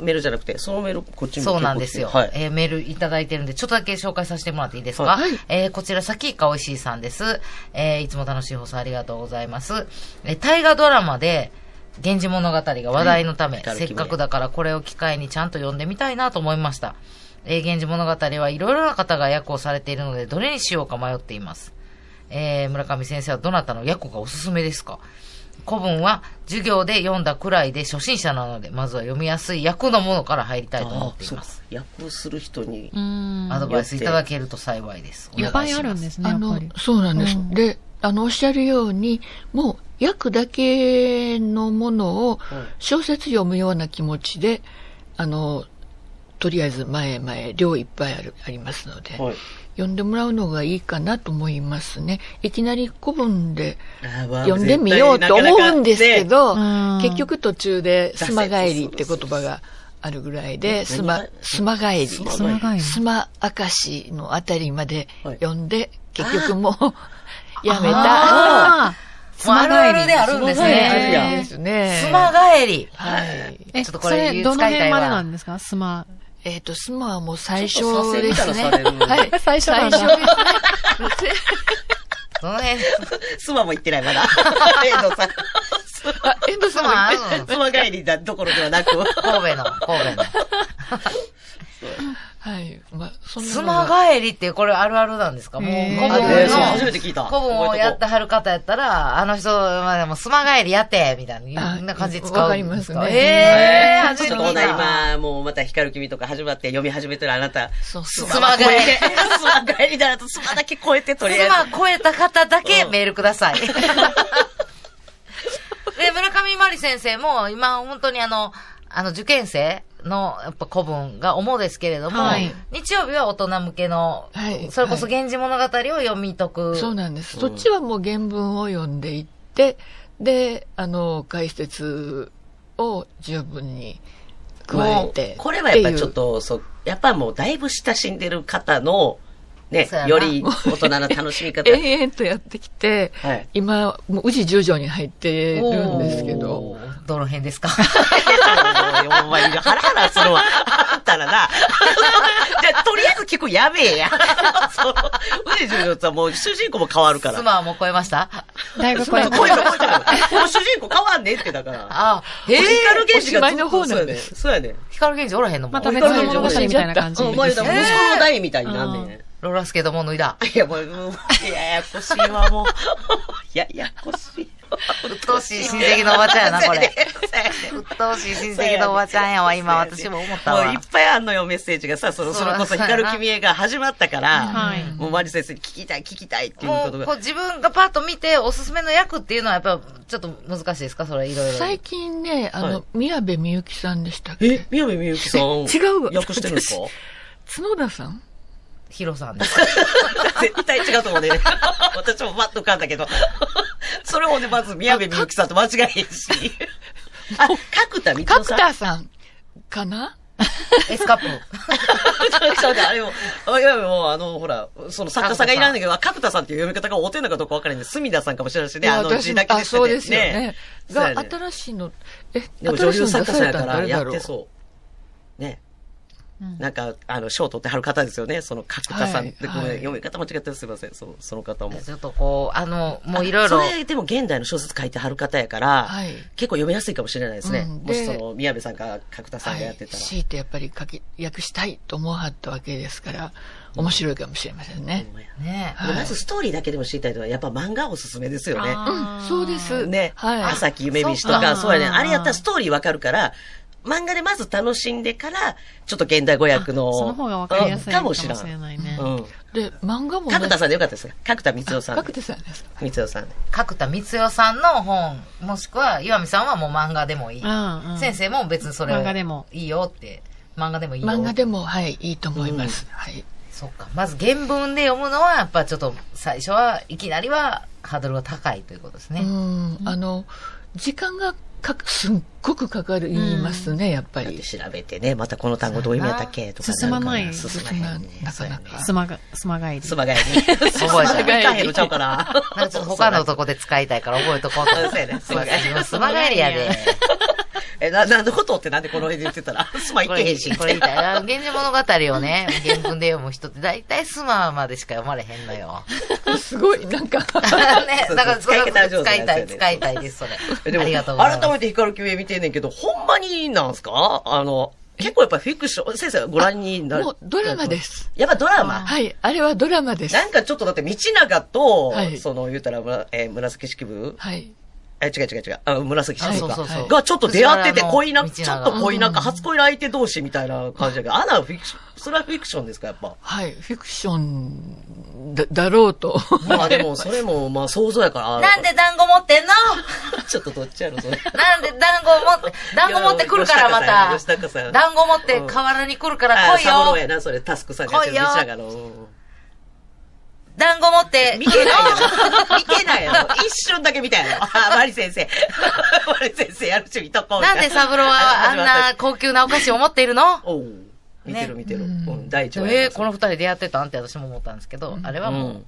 メールじゃなくて、そのメール、こっちにも
そうなんですよ、
はい。
えーメールいただいてるんで、ちょっとだけ紹介させてもらっていいですか、
は
えーこちら、さきいかおいしいさんです。えーいつも楽しい放送ありがとうございます。えー大河ドラマで、源氏物語が話題のため、
い
せっかくだからこれを機会にちゃんと読んでみたいなと思いました。えー源氏物語はいろいろな方が役をされているので、どれにしようか迷っています。えー村上先生はどなたの役がおすすめですか古文は授業で読んだくらいで初心者なので、まずは読みやすい役のものから入りたいと思
あ
っ、てい
そう
ま
か
す。。
訳する人に。
うん。
アドバイスいただけると幸いです。。
いっぱいあるんですすね、
あ
やっぱ
の
り、。
そうなんです。
うん
で、あの、おっしゃるように、もう、訳だけのものを
ん、
小説読むような気持ちで、あの、とりあえず前へ前へ、量いっぱいある、ありますので、
はい。
読んでもらうのがいいかなと思いますね。いきなり古文で
あまあ
読んでみようと思うんですけ。ど、
うん
結局途中で、すま
挫
帰
折
りって言葉があるぐらい
そう
で、す
そう
ま、すま帰り。
す
その概念
スマ明石のあたりまで
はい
読んで、結局もう、やめた。
あ
もうあるあるであるんです
あ
へ
る
ー
やん
ね。
ですね。
スマ返り。
はい。
ーえ、
ちょっ
そ
とこれ
れ、どの
使いた
辺
いわ
までなんですかスマ。
えっ、と、スマはもう最初
ちょっと
で
左
す
遷み
ね。
たいなのさ
は
れ
い。
最初なんだ
最初ですね。
その辺、
スマも行ってない、ま だ。遠藤さん。
あ、エンド
ス
さんも
マあ
言
る
って
ス
ん
マ帰りだ、どころではなく。
神戸の、神 戸の。
はい。まあ、そんな
ス
の
マ
が。
返りってこれあるあるなんですかもう、
へー
古文
あ
ねそう
の
初めて聞いた。
古文をやってはる方やったら、あの人、まあでも、スマ返りやって、みたいな、
あ
こんな感じで使
わ
う
か
ん
り
で
ますす
か。
ね
えー、初
ち
め
ょっ
て
とほ
聞い
な、
た。
今、もうまた光る君とか始まって読み始めてるあなた。
そうそう。
スマ返り。
スマ帰り だと、スマだけ超えて、とりあえず。
妻超えた方だけメールくだ さい。で、村上まり先生も、今本当にあの、あの、受験生の、やっぱ古文が主ですけれども、
はい
日曜日は大人向けの、
はい
それこそ源氏物語を読み解く。
そうなんです。そっちはもう原文を読んでいって、で、あの、解説を十分に加え
も
て。
うこれはやっぱりちょっ
っていう。
と、そう、やっぱもうだいぶ親しんでる方の、ね
そうや、な
より大人な楽しみ 方。
延々とやってきて、
はい。
今、もう宇治十条に入って
おー
るんですけど、
どの辺ですか
お前、ハラハラするわ。ったらな、 じゃあとりあえず聞くやべえや。 そう。宇治十条さんもう主人公も変わるから。
スマはもう超えました
だいぶ
そう
超
だ
えま
超え
した
超えた。もう主人公変わんねえってだから。
ああ、へえ
光源氏がずっと
お芝居の方なんだ
そうやねん。
光源氏おらへんのもう
また別の物語みたいな感
そ
じ
うやねん。お前だから息子の代みたいになんねん。
ローラースケートも脱いだ。
いや、もう、もうやや こしいわ、もう。や やこしい。
うっとうしい親戚のおばちゃんやな、こ れ。 うっとうしい親戚のおばちゃんやわ、今私も思った
もう
わ
いっ。ぱいあんのよ、メッセージがさ、その、
そ
そうれこそ、
そうやな
光る君へが始まったから、
はい
もうマリ先生に聞きたい、聞きたいっていう
も
こと
う、こ
が
う。自分がパッと見て、おすすめの役っていうのはやっぱ、ちょっと難しいですかそれいろいろ。
最近ね、あの、
はい
宮部みゆきさんでしたっけ
え、宮部みゆきさん。
違うわ
訳してるんですか
角田さん
ヒロさんです。
絶対違うと思うね。私もパッと浮かんだけど。それをね、まず宮部みゆきさんと間違えへんし。あ、角田み
角
さん。
田さんかな
エスカップ。
ちょっとあれも、あいやもうあの、ほら、その作家さんがいらんねんけど、角田さんっていう読み方が合ってんのかどうかわからへんねん。隅田さんかもしれないし
い
ね、
や
あの
私
字
も
だけ
あ、
です
そうですよね。
そうや
が、
ね
新しいの、え、
でも
新
女
しい
優
の出
作家
さ
さん
れ
や
た
か
の誰
ら
だ
やっ
ろ
て
う。
そう。ね。
うん
なんか、あの、賞取ってはる方ですよね。その角田さんって、
は
ごめん
いはい
読み方間違ってすいません。そのその方も。
ちょっとこう、あの、もういろいろ
そ。れでも現代の小説書いてはる方やから、
はい
結構読みやすいかもしれないですね。
うん
もし
で
その、宮部さんか角田さん
は
がや
い
ってたら。
強いてやっぱり書き、訳したいと思わはったわけですから、面白いかもしれませんね。
ね
はい
まずストーリーだけでも知りたいのは、やっぱ漫画おすすめですよね。
あー
そうです。
ね、
はい。
朝木夢見しと
そっ
か、
か
そうやね。あれやったらストーリーわかるから、漫画でまず楽しんでから、ちょっと現代語訳の。
あその方がわかりやすいかもしれ
うんかもしれん。
ないね。
うん。
で、漫画もね、
角田さんでよかったですか角田光代さん
角。田さんです。
光代さん。
角田光代さんの本、もしくは岩見さんはもう漫画でもいい。
うんうん
先生も別にそれを
漫画でも
いいよって。漫画でもいいよ。
漫画でも、はい、いいと思います。はい。
そっか。まず原文で読むのは、やっぱちょっと最初はいきなりはハードルが高いということですね。
うん、あの、時間がかか、すっごくかかる言いますね、やっぱ
だって
り。
調べてね、またこの単語どういう意味やったっけとかるから。
進まない
進まないね。
なかなか
すまが、すまがいり。
すまがいに。すまがいに。かへんのちゃうかな。
なんかちょっと他のとこで使いたいから覚えとこうと。
そうやね
そうやね。スマガエリアで。
え、な、なんのことってなんでこの辺で言ってたら、すまい
こ
って
れ
へんし。
これみたいな。源氏物語をね、原文で読む人って大体スマまでしか読まれへんのよ。
すごい、な ん か、
ね、だからそれ
使い方上手な
使
や
い
つや
た
ね
い、使いたいです、そ
え
れ。
でも
ありがとうございます。
改めて光る君見てんねんけど、ほんまになんすかあの、結構やっぱフィクション、先生ご覧になる。
もうドラマです。
やっぱドラマ。
はい、あれはドラマです。
なんかちょっとだって道長と、
はい
その言うたら、むらえー紫式部
はい。
え、違う違う違う。あ紫式
あ
部
そ
か。
うそうそう
がちょっと出会ってて恋な、ち
藤
ょ
原
っ
の道
と
長
恋なんか初恋の相手同士みたいな感じだけど、あなフィクション、それはフィクションですか、やっぱ。
はい、フィクションだだろうと。
まあで も、それも、まあ想像やから。あ
なんで団子持ってんの
ちょっとどっちやろ、それ。
なんで団子持って、団子持ってくるからまた。
吉高さんや吉高さん
団子持って河原に来るから
あ
来い
サボロン
よ。
やな、それ、タスクさんがやってる道長の。うん
団子持って。
見てないよ。見てないよ。一瞬だけ見たよ。あ、マリ先 生。マリ先生やるちゅういとこ。
なんで三郎はあんな。高級なお菓子を持っているの
おう見てる見てる。うん第一話や
え
な。
この二人出会ってたんって私も思ったんですけど、あれはもう、
うん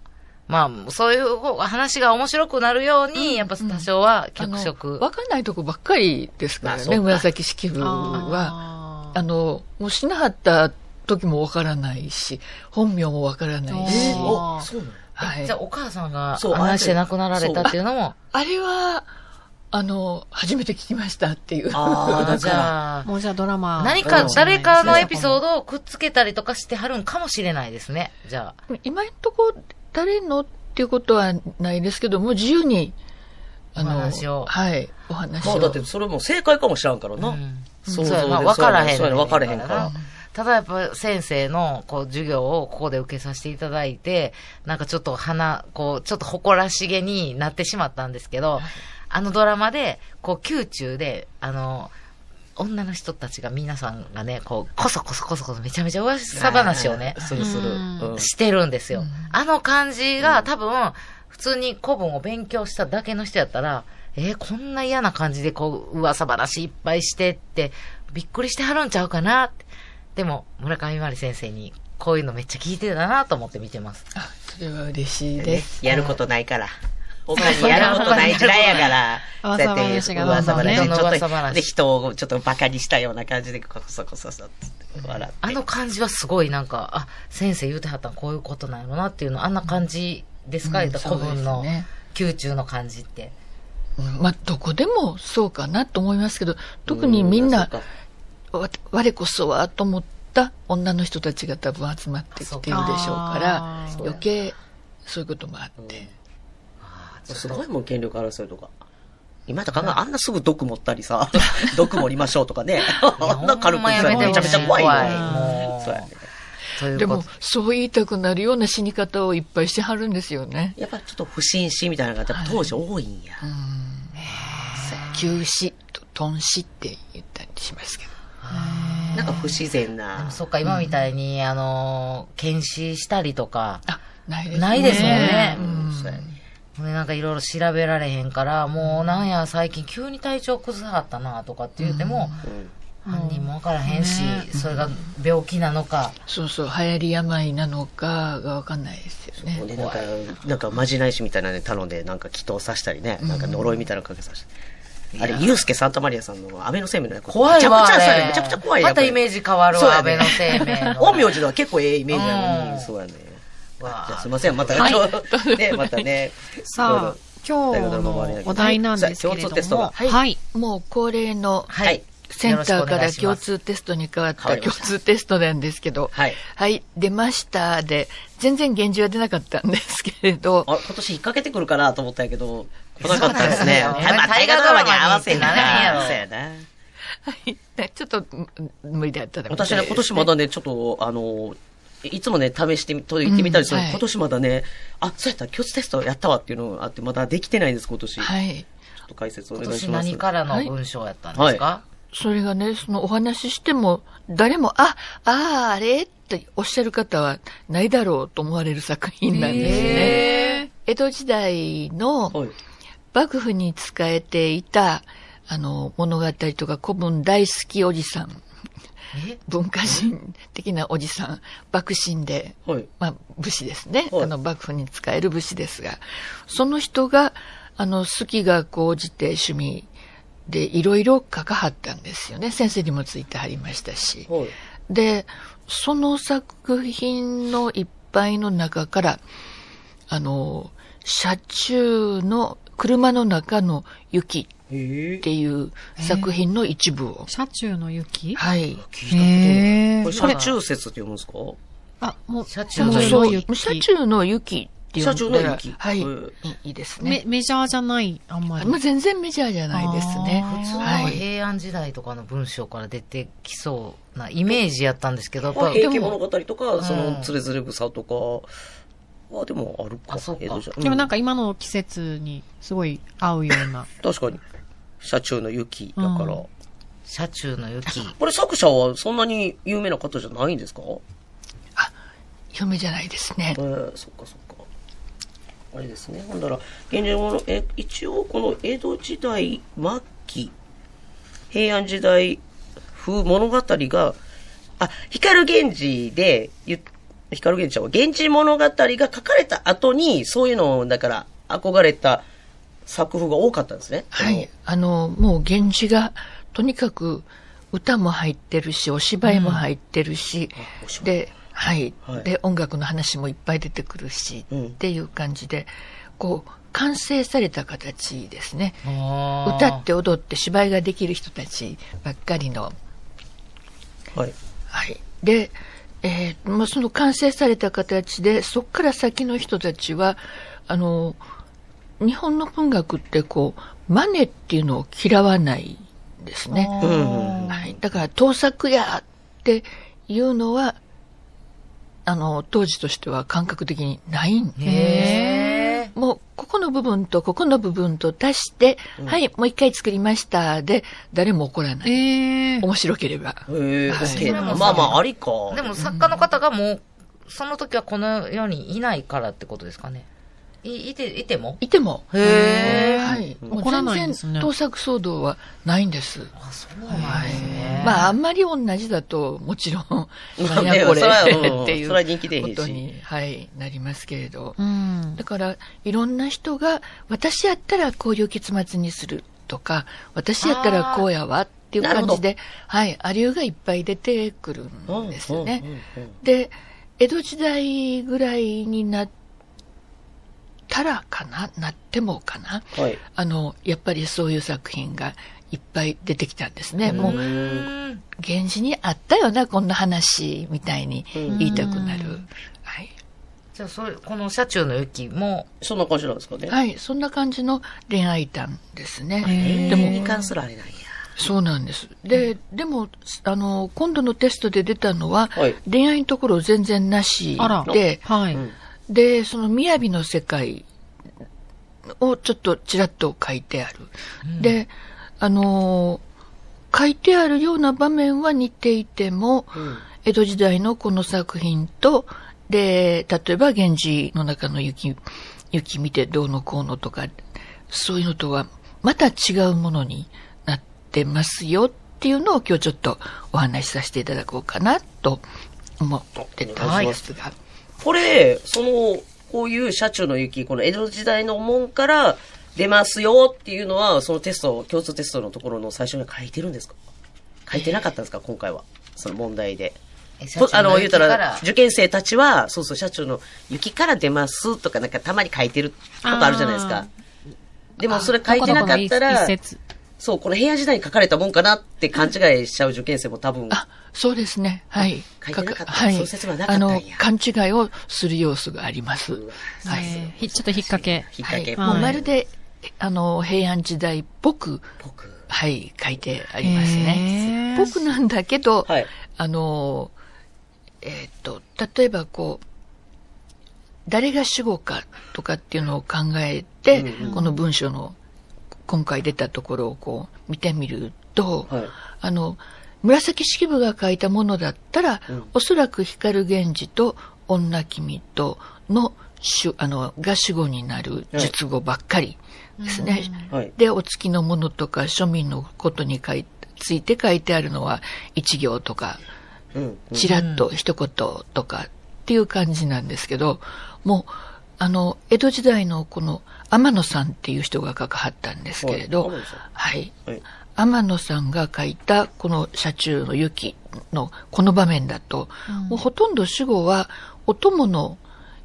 まあ、そういう方が話が面白くなるように、やっぱ多少は
あ
脚
の
色。
わかんないとこばっかりですから
まあ
ね、
そうか
紫式部
あ
は。あの、もう死なはった時もわからないし、本名もわからないし、
おー
お、そうなの
はい
じゃあ、。お母さんが
そう
案内して亡くなられたっていうのも、
あれは、あの、初めて聞きましたっていう。
あ
あ
あ、
じ
じゃあ。
ゃあ、
もうじゃあドラマ。
何か誰かのエピソードをくっつけたりとかしてはるんかもしれないですね。じゃあ。
今のとこ誰のっていうことはないですけども、自由に、あ
お話を
はい、お話を。
もうだってそれも正解かもしらんからな。想像で
そうやな、分からへん。
そうやな、分からへんから。。
ただやっぱ先生のこう授業をここで受けさせていただいて、なんかちょっと花、こう、ちょっと誇らしげになってしまったんですけど、あのドラマで、こう、宮中で、あの、女の人たちが皆さんがね、こう、こそこそこそこそめちゃめちゃ噂話をね、
するする。
うん
うん
してるんですよ。あの感じが多分、普通に古文を勉強しただけの人やったら、えーこんな嫌な感じでこう、噂話いっぱいしてって、びっくりしてはるんちゃうかなって。でも、村上まり先生に、こういうのめっちゃ聞いてたなと思って見てます。
あそれは嬉しいです。
やることないから。他にやることない時代やから、
そう
そうやって
噂話が
噂話
ど
で、
ん
ち
どんね
ょっ
噂
と、
話
で、人をちょっと馬鹿にしたような感じで、こそこそそって笑って。
あの感じはすごいなんか、あ、先生言うてはったんこういうことなんやろなっていうの、あんな感じですか、
うん
言ったら古文
そう
の
ですね
宮中の感じって。
うんまあ、どこでもそうかなと思いますけど、特にみん
う
な
そう、か
わ我こそはと思った女の人たちが多分集まってきているでしょうから
あ、
そう
余計そういうこともあって。
すごいもん、権力争いとか。今とかあんなすぐ毒持ったりさ、 毒盛りましょうとかね。あんな軽く言ったらめちゃめちゃ怖いの
も
に。
う
そうやね。
という
で
こ
も
と。、
そう言いたくなるような死に方をいっぱいしてはるんですよね。
やっぱちょっと不審死みたいなのがやっぱ当時多いんや。
急死と頓死って言ったりしますけど。
なんか不自然
でも
な。
そっか、今みたいに、あの、検視したりとか、
あ、ないですね。
ないですもんね。
うんそうやね。
ほんでなんかいろいろ調べられへんから、もうなんや最近急に体調崩さはったなとかって言っても、犯人もわからへんし、それが病気なのか、
そうそう、流行り病なのかがわかんないですよね。
で、なんか、なんか、まじないしみたいなね、頼んで、なんか、祈祷さしたりね、なんか、呪いみたいなのかけさしたり。あれ、ユースケ・サンタマリアさんの、アベノ生命の役。
怖いわ。
めちゃくちゃ
あ
さ
れ
れめちゃくちゃ怖いやん
またイメージ変わる
そう
わ、
や
安
ね
倍の生 命の。
陰陽師では結構ええイメージなの
うん
に、そうやね。
わあ
じゃあすいません、また、ちょうどね、また ね。
さあ、今日のお題なんですけれ
さあ共
ど
通テスト
も、
が
はい、はい、
もう恒例の
は
はい
い。
センターか
よろ
ら
しくお願い
共
します
通テストに変わっ
変わ
た
りま
共
した
通テストなんですけど、
はい
はい、出ましたで、全然現状は出なかったんですけれど、
あ、今年引っ掛けてくるかなと思ったんやけど、来なかったですね。
そうなんです
は
よ
い、まあ、大河ドラマに合わせに
大河ドラマに
そうやな。
はい、ちょっとうん無理だったらみたい
私
です
ね、今年まだね、ちょっと、あの、いつもね、試してみ、と言ってみたりする、
うんはい
今年まだね、あ、そうやった、共通テストやったわっていうのがあって、まだできてないんです、今年。ちょ
はい。
っと解説お
今
願いし
年
ます。
何からの文章やったんですか
それがね、そのお話ししても、誰も、あ、あー、あれっておっしゃる方はないだろうと思われる作品なんですね。江戸時代の
はい。
幕府に仕えていた、あの、物語とか古文大好きおじさん。
え
文化人的なおじさん、幕臣で、
はい。
まあ、武士ですね。
はい
あの、幕府に仕える武士ですが、その人が、あの、好きが高じて趣味でいろいろ書かはったんですよね。先生にもついてはりましたし。
はい。
で、その作品のいっぱいの中から、あの、車中の車の中の雪っていう作品の一部を。
車中の雪
はい。
へ
こ
ー
れ、車中説って読むんですか
あ、もう、
車中
車
の
中
雪
の
そう車
雪。
中の雪っていう
車中の雪
はい。い
うん
いいです
メ
ね。
メジャーじゃない、あんまり。
まあ、全然メジャーじゃないですね。
あー
その
はい。
平安時代とかの文章から出てきそうなイメージやったんですけど、やっ
ま
ぱ
あ、平家物語とか、そ
うん
の、つれづれ草とかは、でもあるか。
あそうか
江戸時代
でもなん
う
か今の季節にすごい合うような。
ん確かに。車中の雪だから。
うん
車中の雪。
これ作者はそんなに有名な方じゃないんですか
夢じゃないですね
え。ー、そっかそっか。あれですね。ほんだら、現状の、え、一応この江戸時代末期、平安時代風物語が、あ、光源氏で、ゆ光源氏は、源氏物語が書かれた後に、そういうのを、だから、憧れた作風が多かったんですね。
はい。あの、もう源氏が、とにかく歌も入ってるし、お芝居も入ってるし、
おしまい
で、はい、
はい
で、音楽の話もいっぱい出てくるし、
うん
っていう感じで、こう、完成された形ですね。歌
歌
って踊って芝居ができる人たちばっかりの。
はい。
はい。で、えーまあ、その完成された形で、そこから先の人たちは、あの、日本の文学ってこう、マネっていうのを嫌わないんですね。
うん。
はい。だから、盗作やっていうのは、あの、当時としては感覚的にないんで、
へ
もう、ここの部分とここの部分と足して、はい、もう一回作りましたで、誰も怒らない。
えー。
面白ければ。
へえ、
はい
OK
それも
まあまあ、ありか。
ーでも作家の方がもう、その時はこの世にいないからってことですかね。いいて、いても
いても。
へー
はい。もう
怒らないんですね
全然盗作騒動はないんです。
あ、そう
はい。まあ、あんまり同じだと、もちろん、なん
ね
やこれ
そらうん
っていう
そら人気出へんし
ことに、はい、なりますけれど。
うん
だから、いろんな人が、私やったらこういう結末にするとか、私やったらこうやわっていう感じで、はい、アリューがいっぱい出てくるんですよね。
うんうんうん
で、江戸時代ぐらいになったらかななってもかな
はい。
あの、やっぱりそういう作品がいっぱい出てきたんですね。もう、
うん。
源氏にあったよな、こんな話、みたいに言いたくなる。はい。
じゃあ、それ、この車中の雪も、
そんな感じなんですかね。
はい、そんな感じの恋愛談です
へ
ね。
ー
で
でも、
も、
に関するあれなんや。
そうなんです。で、でも、あの、今度のテストで出たのは、
はい
恋愛のところ全然なし
あら。
で、
はい。
で、その雅の世界をちょっとちらっと書いてある。で、あのー書いてあるような場面は似ていても、江戸時代のこの作品と、で、例えば源氏の中の雪、雪見てどうのこうのとか、そういうのとはまた違うものになってますよっていうのを今日ちょっとお話しさせていただこうかなと思ってたんですが。
これ、その、こういう車中の雪、この江戸時代の門から出ますよっていうのは、そのテスト、共通テストのところの最初に書いてるんですか書いてなかったんですか今回は。その問題で。
え
とあの、言うたら、
車中の雪
受験生たちは、そうそう、車中の雪から出ますとか、なんかたまに書いてることあるじゃないです
あ
か。でもそれ書いてなかったら
どこどこの一、節
そう、この部屋時代に書かれたもんかなって勘違いしちゃう受験生も多分、
あ、そうですね。はい。
書いてなかった
かはい。
そういう説はなかったんや
あの、勘違いをする要素があります。はい。
えーひちょっと引っ掛け。
引っ
は
掛け
い。
っ
もう
はい
まるで、あの、平安時代っぽく、
ぽく。
はい、書いてありますね。
へー
っぽくなんだけど、
はい。
あの、えーっと、例えばこう、誰が主語かとかっていうのを考えて、
う
この文章の今回出たところをこう見てみると、
はい
あの、紫式部が書いたものだったら、
うん
おそらく光源氏と女君との主、あの、が主語になる述語ばっかりですね。
はい。
で、お月のものとか庶民のことに書いついて書いてあるのは一行とか、
うん。
ちらっと一言とかっていう感じなんですけど、もう、あの、江戸時代のこの天野さんっていう人が書かはったんですけれど、
は
はいい。
はい
天野さんが書いたこの車中の雪のこの場面だと、もうほとんど主語はお供の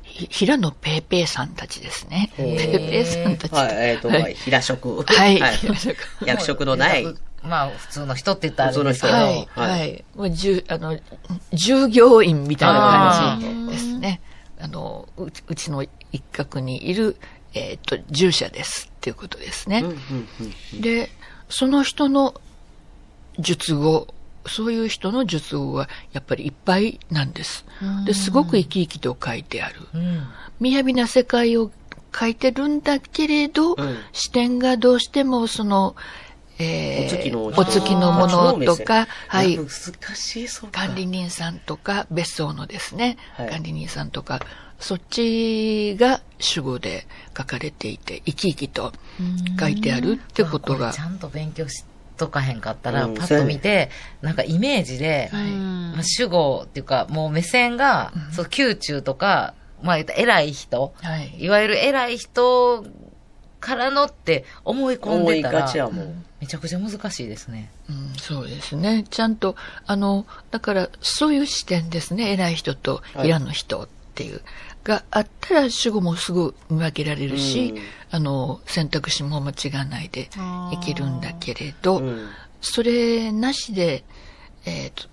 ひ平野ペーペーさんたちですね。ペーペーさんたちと。
はい、えっ、と、
は
はいい、平食。
はい
は
平食
役職のない。はい。
まあ、普通の人って言ったらあれですけど、
普通の人
はい、
はい
はい。もう、じゅ、あの、従業員みたいな感じですね。あの、うちうちの一角にいる、えっ、と、従者ですっていうことですね。で、その人の術語、そういう人の術語がやっぱりいっぱいなんです。で、すごく生き生きと書いてある。雅な世界を書いてるんだけれど、
ん
視点がどうしてもその、えー
お月の
お月のものとか、はい、
難しい、そうか。
管理人さんとか、別荘のですね、
はい
管理人さんとか、そっちが主語で書かれていて、生き生きと書いてあるってこ
ま
と
あ
が
れち、ゃんと勉強しとかへんかったら、
うん
パッと見て、なんかイメージで、まあ、主語っていうか、もう目線が、そう、宮中とか、まあ言ったら偉い人、
はい
いわゆる偉い人からのって思い込ん
思
で
い
た
が
ら
ち、やもん。
めちゃくちゃ難しいですね。
うんそうですね。ちゃんと、あの、だから、そういう視点ですね。偉い人と
はい
平野人っていう、があったら、主語もすぐ見分けられるし、
うん
あの、選択肢も間違わないでいけるんだけれど、
うん。
それなしで、えっ、と、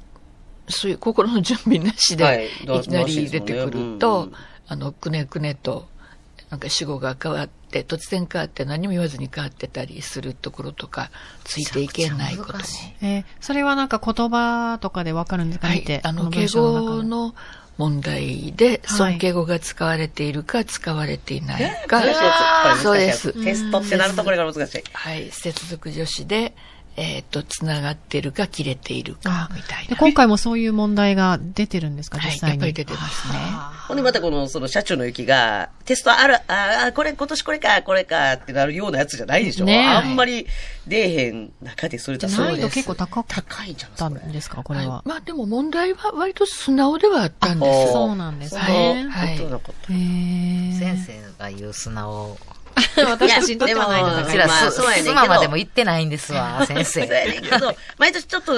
そういう心の準備なしで、
はいい、どう
きなり出てくる
どうし
と、
てもね
あの、くねくねと、なんか死語が変わって、突然変わって何も言わずに変わってたりするところとか、ついていけないことも
めちゃくちゃ難。しい
えーそれはなんか言葉とかでわかるんですか
は
見て
い、。あの、
文
敬
章中
語
で。
の問題で、
はい
尊敬語が使われているか使われていないか
難しいやつ。これ難しいやつ
そうです。
テストってなるとこれが難しい。
はい、接続助詞で、えっ、と、つながってるか切れているか
あ、
みたい
で
な。
今回もそういう問題が出てるんですか、
は
実
い、
際
やっ
に。
ぱり出てますね。
ほんでまたこの、その車中の雪が、テストある、ああ、これ、今年これか、これかってなるようなやつじゃないでしょ。
ねえ
あんまり出えへん中でそれ
じ
だ
ゃあ
そう
難易
で
度
す
結構高かっ
高いんじゃないです
た
かこ
ん
れ。
ですか、これは。
まあでも問題は割と素直ではあったんです
あ
そうなんです
その
ね。
はい
ことなかっ
へー
先生が言う素直。
た。
私たちにとってはないの
や
だ
で
う
も
ちら、
まあ
す、
そうやねんけど
すままでも言ってないんです わ、先
そう
生。
やねんけど、毎年ちょっと、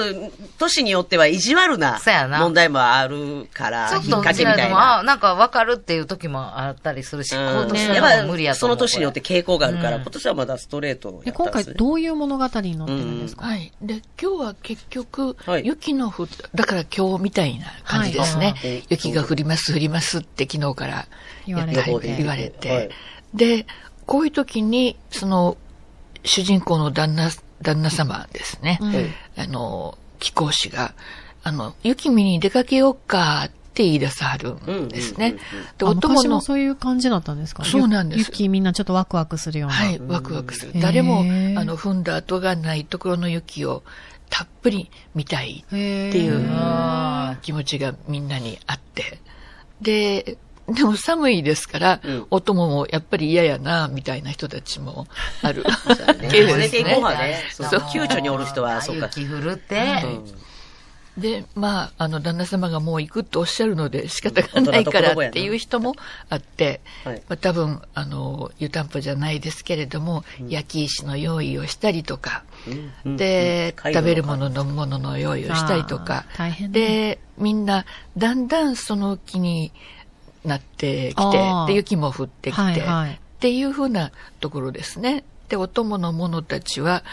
年によっては意地悪な
そうやな
問題もあるから、
ちょ
引
っ
っ
とう
掛
ち
けみ
ら
た
で
い
も、あ
な。
あ、なんかわかるっていう時もあったりするし、今
うん
年
やっ
はもう無理や
ぱ
と
そ
思
の
う。これ
年によって傾向があるから、
うん
今年はまだストレート
で
やった
今
んで
回
すね。
どういう物語になってるんですか、
はい。で、今日は結局、
はい
雪の降った、だから今日みたいな感じですね。
はいうん
雪が降ります、降りますって昨日から
言われ
て
はい言われて、
はい
で、こういう時に、その、主人公の旦那、旦那様ですね。
うん
え
あの、貴公子が、あの、雪見に出かけようかって言い出さはるんですね。
うんうんうんうん
あ
で、お供
昔も
の、
そういう感じだったんですか
そうなんです
ゆ雪みんなちょっとワクワクするような。
はい、ワクワクする
へ。ー
誰も、あの、踏んだ跡がないところの雪をたっぷり見たい
へー
っていう
あ
気持ちがみんなにあって。で、でも寒いですから、
うん
お供もやっぱり嫌やな、みたいな人たちもあ る。
ね
けど
連
で
れ
す
て行こう
ね。
はね。
そう
そう救助におる人は、そうか。
雪降るって。
で、まあ、あの、旦那様がもう行くとおっしゃるので仕方がないからっていう人もあって、
はい
まあ、多分、あの、湯たんぽじゃないですけれども、焼き石の用意をしたりとか、
うん
で、
うん
食べるもの、飲むものの用意をしたりとか
あー、大変だね
で、みんな、だんだんその気になってきて
あー、
で、雪も降ってきて、
はいはい
っていうふうなところですね。で、お供の者たちは、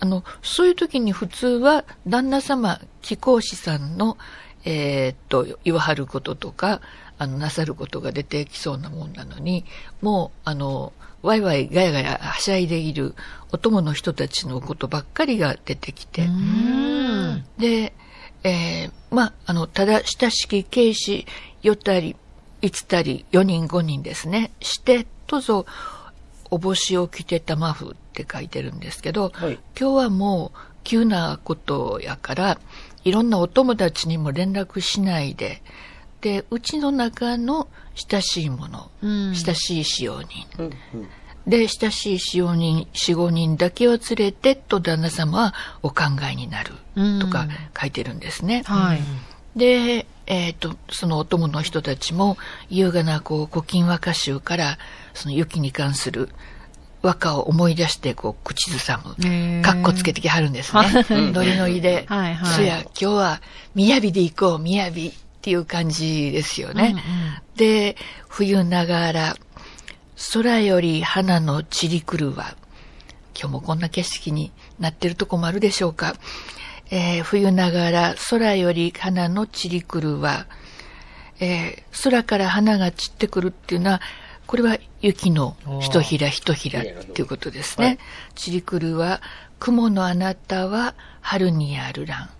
あの、そういう時に普通は、旦那様、貴公子さんの、えーっと、言わはることとか、あの、なさることが出てきそうなもんなのに、もう、あの、ワイワイガヤガヤはしゃいでいるお供の人たちのことばっかりが出てきて、
うん
で、えーまあ、あの、ただ、親しき軽視、よたり、いつたり、4人5人ですね、して、とぞ、お帽子を着てたマフって書いてるんですけど、
はい
今日はもう、急なことやから、いろんなお友達にも連絡しないで、で、うちの中の親しいもの、
うん
親しい使用人、
うんうん
で、親しい使用人、四五人だけを連れて、と旦那様はお考えになる
うん、
とか書いてるんですね。
はい。
で、えっ、と、そのお供の人たちも、優雅な、こう、古今和歌集から、その雪に関する和歌を思い出して、こう、口ずさむ。
へー
かっこつけてきはるんですね。ノリノリで。
はいはい
そや、今日は、雅で行こう、雅っていう感じですよね。で、冬ながら、空より花の散り狂うわ。今日もこんな景色になってるとこもあるでしょうか。えー冬ながら空より花の散り狂うわ。えー空から花が散ってくるっていうのは、これは雪の一ひら一ひらっていうことですね。散り狂うわ。雲のあなたは春にあるらん。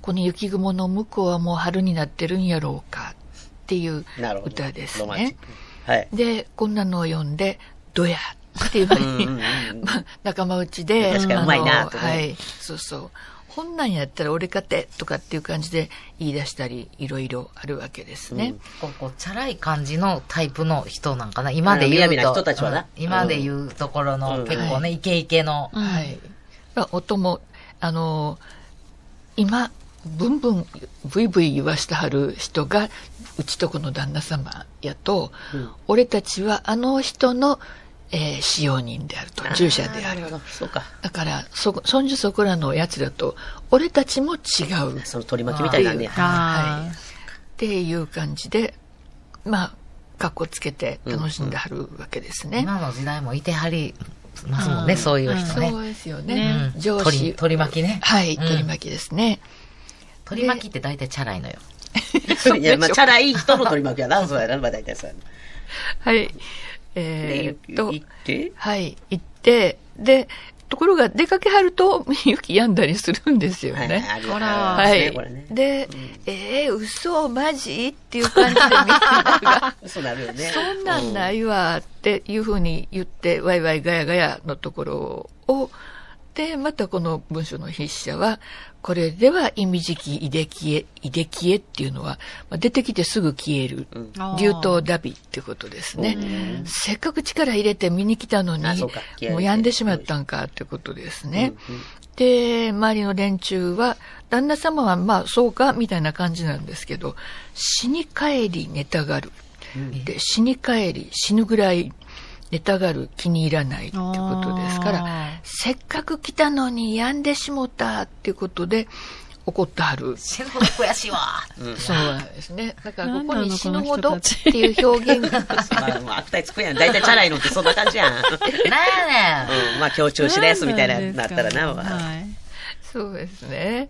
この雪雲の向こうはもう春になってるんやろうかっていう
なるほど。
歌です
ロマンチ
ね
ッ。クはい。
で、こんなのを読んで、どやっていうふうに、
うんうんうん
まあ、仲間内で、
確かにうまいな
あの
と思う
はい、そうそう。こんなんやったら俺勝てとかっていう感じで言い出したり、いろいろあるわけですね。
こうこうチャラい感じのタイプの人なんかな今で
うんみ
言
や
う
びな
と
人たちはな
うん今で言うところの、
うん
結構ね、イケイケの、
はい。まあ、音も、あの今、ブンブン、ブイブイ言わしてはる人が、うちとこの旦那様やと、俺たちはあの人の、えー使用人であると、従者である。
そうか。
だから、そこ、そんじゅそこらのやつらと、俺たちも違うっ
その取り巻きみたいなんね。
あー
ていう感じで、まあ、格好つけて楽しんではるわけですね。
今の時代もいてはりますもんね、そういう人ね
そ。うですよね。
うん
上
取
司
り。取り巻きね。
はい、
うん
取り巻きですね。
取り巻きって大体チャラいのよ。
いや、まあ、チャラい人の取り巻きはな、そうやな、まあ大体そうやな。
はい。
で
えー、っと、
行って、
はい、行って、で、ところが出かけはると、 雪病んだりするんですよ
はい、
ね。
ある
ほ
よあ
ら
る
は
よね
い。
これね。
で、えー、嘘、マジっていう感じでみんなが、
そうなるよね。
そんなんないわっていうふうに言って、ワイワイガヤガヤのところを、で、またこの文章の筆者は、これでは意味時期、いできえ、いできえっていうのは、まあ出てきてすぐ消える、流頭ダビっていうことですね。せっかく力入れて見に来たのに
あそうか気合い入れ、て
もう病んでしまったんかっていうことですね。で、周りの連中は、旦那様はまあそうかみたいな感じなんですけど、死に帰り寝たがる。で、死に帰り死ぬぐらい寝たがる気に入らないってことですから、せっかく来たのに病んでしもたっていうことで怒ってはる。
死ぬほど悔しいわ。
そうなんですね。だからこ
な
こ
んな
に
の
死
この
ぬ
人
ほど
た
っ
ち
ていう表現が、
まあ、もう悪態つくやん。大体チャラいのってそんな感じ やん。う
なんやねん。
ん、まあ、強調しです、みたいな、なったらな、
はい。
そうですね。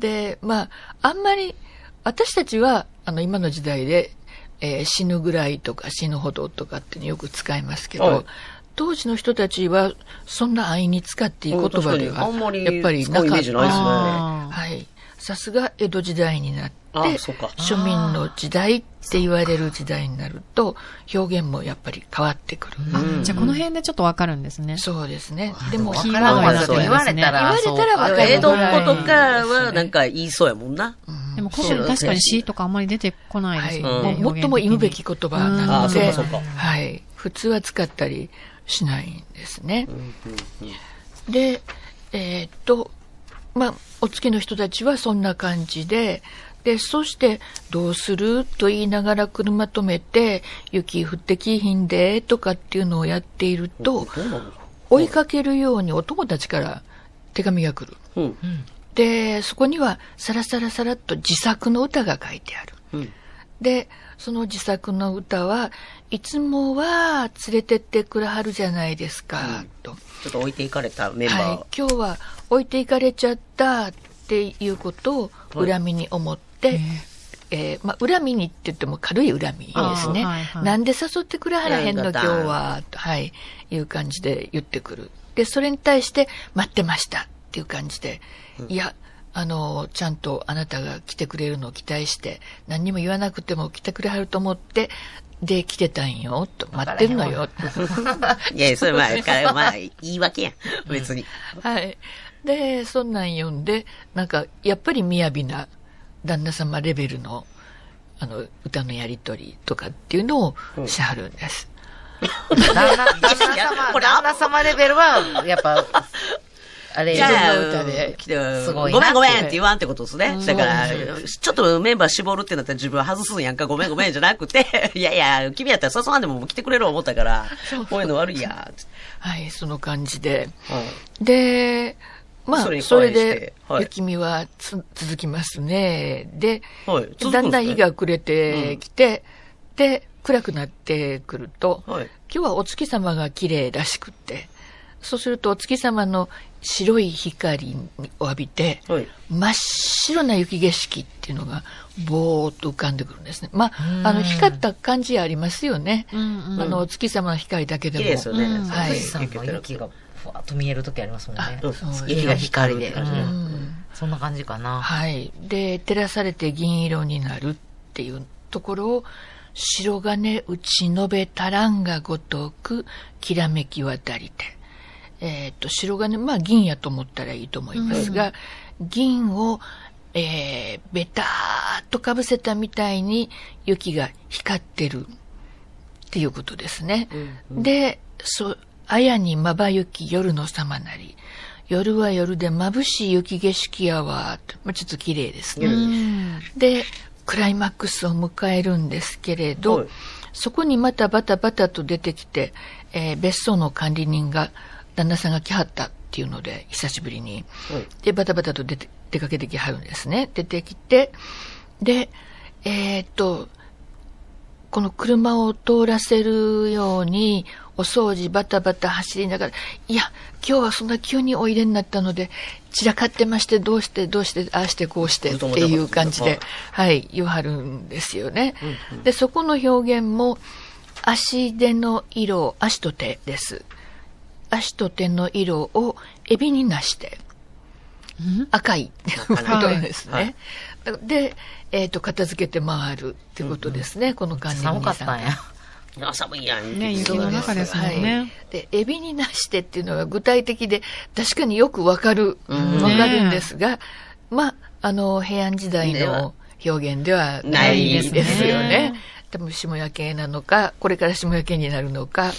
で、まあ、あんまり、私たちは、あの、今の時代で、えー死ぬぐらいとか死ぬほどとかっていうのよく使いますけど、
はい
当時の人たちは、そんな安易に使っていい言葉で
うん
は、
確かにあんまり
やっぱりな
使うイ
か
メ
っ
ージないですね
た。はい。さすが江戸時代になって、
あそうか
庶民の時代って言われる時代になると、表現もやっぱり変わってくる。
あ、じゃあこの辺でちょっとわかるんですね。
そうですね。でも、わ
キー
か
ワ
らんわ
ード
そう
が
言
で
わ
すね
れたらあ
言われたらわか
そ
る
れ。江戸っ子とかは、なんか言いそうやもんな。
でも古文確かに死とかあんまり出てこないですよ
は
ね。
い、もっとも忌むべき言葉なの
うんあ
で、
そうかそうか
はい、普通は使ったりしないんですね。で、えーっと、まあ、お付きの人たちはそんな感じで、で、そして、どうすると言いながら車止めて、雪降ってきいひんで、とかっていうのをやっていると、追いかけるようにお友達から手紙が来る。
うん。
で、そこには、さらさらさらっと自作の歌が書いてある。
うん。
で、その自作の歌は、いつもは連れてってくれはるじゃないですか、と。
ちょっと置いていかれたメン
は
バー
い。今日は置いていかれちゃったっていうことを恨みに思って、えーまあ、恨みにって言っても軽い恨みですね。
あーはいはい
なんで誘ってくれはらへんの
なん
今
だ
日は、とはい、いう感じで言ってくる。で、それに対して待ってましたっていう感じで、いや、あの、ちゃんとあなたが来てくれるのを期待して、何にも言わなくても来てくれはると思って、で、来てたんよ、と、待ってるのよ、
いやいや、それまあ、かまあ、言い訳やん。別に。
はい。で、そんなん読んで、なんか、やっぱり雅な旦那様レベルの、あの、歌のやりとりとかっていうのをしはるんです。
旦那、旦那様、旦那様レベルは、やっぱ、あれ、
じゃあ、
自分の歌で、
来て
すごいな
ごめんごめん
っ
ってて言わんってことですね。だから、ちょっとメンバー絞るってなったら自分は外すんやんか、ごめんごめんじゃなくて、 いやいや、君やったら誘わんでももう来てくれる思ったから、こういうの悪いや、って
はい、その感じで。
うん
で、まあ、
それに
それ
恋して
で、
はい
雪見はつ続きますね。で、
はい続くんですね
だんだん日が暮れてきて、で、暗くなってくると、
はい
今日はお月様が綺麗らしくって、そうするとお月様の白い光を浴びて、
はい
真っ白な雪景色っていうのが、ぼーっと浮かんでくるんですね。まあ、あの、光った感じありますよね。あの、お月様の光だけで
綺
も。
麗ですよね。
はい
富士山の雪がふわっと見える時ありますもんね。
うん
雪が光るって感じで。
う
うんんそんな感じかな。
はい。で、照らされて銀色になるっていうところを、白金打ち延べたらんがごとく、きらめき渡りて。えっ、と、白金、まあ銀やと思ったらいいと思いますが、銀を、えー、ベターっとかぶせたみたいに雪が光ってるっていうことですね。で、そう、あやにまばゆき夜の様なり。夜は夜で眩しい雪景色やわ。まあ、ちょっと綺麗ですね。で、クライマックスを迎えるんですけれど、
はい
そこにまたバタバタと出てきて、えー別荘の管理人が、旦那さんが来はったっていうので、久しぶりに。で、バタバタと出て、出かけてきはるんですね。出てきて、で、えーっと、この車を通らせるように、お掃除バタバタ走りながら、いや、今日はそんな急においでになったので、散らかってまして、どうして、どうして、ああして、こうしてっていう感じで、はい、言わはるんですよね。で、そこの表現も、足手の色、足と手です。足と手の色をエビになして、赤いっていう ことですね。で、えっ、と、片付けて回るってことですね、この感じ
寒かったんや。
あ寒いやん。
ね雪の中ですもん
は
ね
い。で、エビになしてっていうのが具体的で、確かによくわかる、
ん
わかるんですが、まあ、あの、平安時代
では
の表現では
な
ないい
で
ですす
ね
よね。多分、下焼けなのか、これから下焼けになるのか。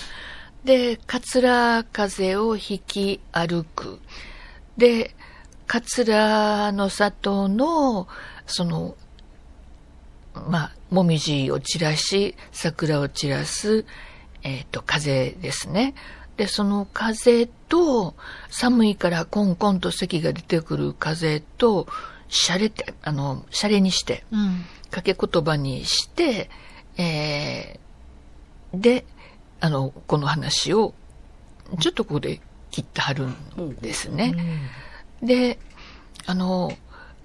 で、かつら風を引き歩く。で、かつらの里の、その、まあ、もみじを散らし、桜を散らす、えっ、と、風ですね。で、その風と、寒いからコンコンと咳が出てくる風と、シャレて、あの、シャレにして、
うん。
掛け言葉にして、えー、で、あの、この話を、ちょっとここで切ってはるんですね。で、あの、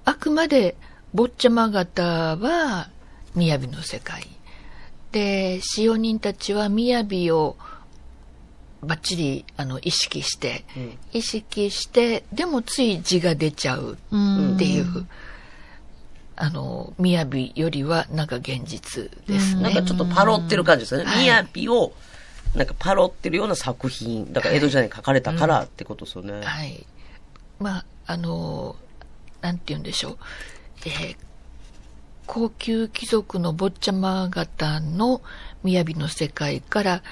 あくまで、坊ちゃま方は、雅の世界。で、使用人たちは雅を、ばっちり、あの、意識して、
ん
意識して、でもつい字が出ちゃう
うん。
っていう、あの、雅よりは、なんか現実です
なん
ね。
かちょっとパロってる感じですね。
はい
みやびを、なんかパロってるような作品。だから江戸時代に書かれたからってことですよね。
はい。まあ、あの、なんて言うんでしょう。えー高級貴族の坊ちゃま方の雅の世界から、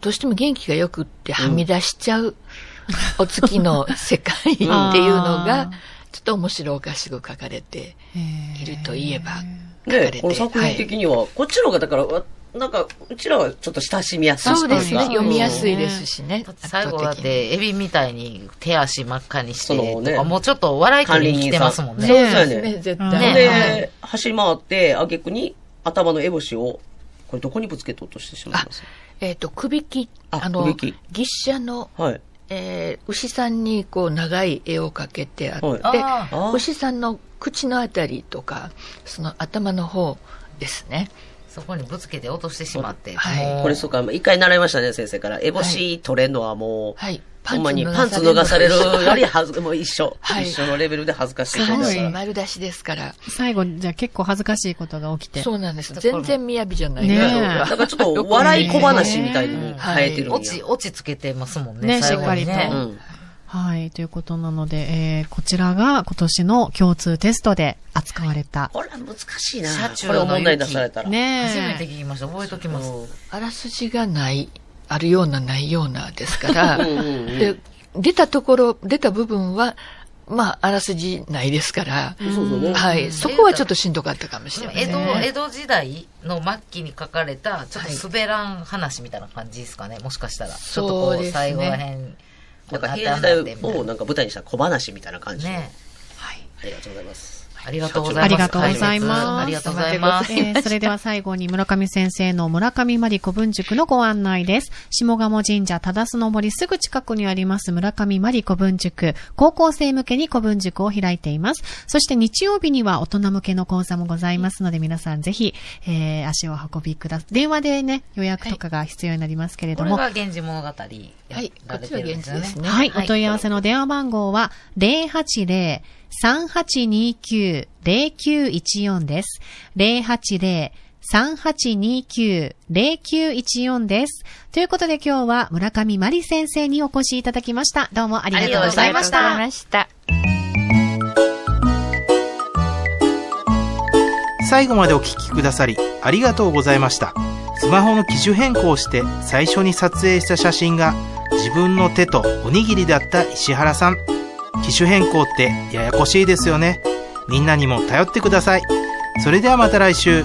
どうしても元気がよくってはみ出しちゃう、お月の世界っていうの
あー
が、ちょっと面白おかしく書かれて
へー
いるといえば、書かれ
で、
て
この作品的には、こっちの方がだから、わなんか、うちらはちょっと親しみやすい。
そうですね。
確かに
読みやすいですしね
だって。最後だって、エビみたいに手足真っ赤にし
そ
て
の
と
ね
か、もうちょっと笑い
管理
取りに来
人
て
さん。
ますもん
圧
ね。
倒的
そう
に。そう
で
で
ね
すすね、。絶
うん
対。
で、
はい
走り回って、あげくに頭の烏帽子を、これどこにぶつけて落としてしまいます
えっ、と、首切り、
あ
あの、
首切り
牛車の、
はい。
えー牛さんにこう長い絵をかけてあって、
はい
あ
ー
牛さんの口のあたりとか、その頭の方ですね。
そこにぶつけて落としてしまって。
はい
もう
これそうか、一回習いましたね、先生から。烏帽子取れんのはもう、
はい。
ほんまにパンツ脱がされるよ りはず、もう一緒、
はい
一緒のレベルで恥ずかしい
そ
こ
うで
とだ
す
か
すご
ね
い
ら。
丸出しですから。
最後、じゃあ結構恥ずかしいことが起きて。
そうなんです。全然雅じゃない。
ねえ
なんかちょっと笑い小話みたいに変えてるんや。
落ち、落ちつけてますもんね。
ね
最後に
しっかり
ね
と
う。
うんはい、ということなので、えーこちらが今年の共通テストで扱われた。
これは難しいな。
車中
こ
の
れを問題出されたら。
ね
初
え。
めて聞きました。覚えときます。
あらすじがない、あるようなないようなですか ら、
うんうんうん
で出たところ、出た部分は、まあ、あらすじないですから、
そうそうね。
はい、そこはちょっとしんどかったかもし
で
れ
も
ませ
江戸、
ん。
江戸時代の末期に書かれた、ちょっと滑らん話みたいな感じですかね、もしかしたら。ちょっと
そ
こ
うで
う、
すね
最後らへん、
なんか
こう
平安時
当て
代
はまってみた
を
いな
なんか舞台にした小話みたいな感じの。
ね。
ありがとうございます。
ありがとうございます。
ありがとうございます。
ありがとうございます。
えーそれでは最後に村上先生の村上真理子文塾のご案内です。下鴨神社忠須の森すぐ近くにあります村上真理子文塾、高校生向けに古文塾を開いています。そして日曜日には大人向けの講座もございますので、皆さんぜひ、えー足をお運びください。電話でね、予約とかが必要になりますけれ
こ
ど
れ
も、
が源氏物語やられて
はい、こっちは
るん
現
です
地
よね
です。ね。
はい、
はい
お問い合わせの電話番号は、080-3829-0914です。080-3829-0914です。ということで今日は村上真理先生にお越しいただきました。どうもありがとうございまし
ありが
た
とうござい。ました。
最後までお聞きくださりありがとうございましたスマホの機種変更して最初に撮影した写真が自分の手とおにぎりだった石原さん機種変更ってややこしいですよねみんなにも頼ってくださいそれではまた来週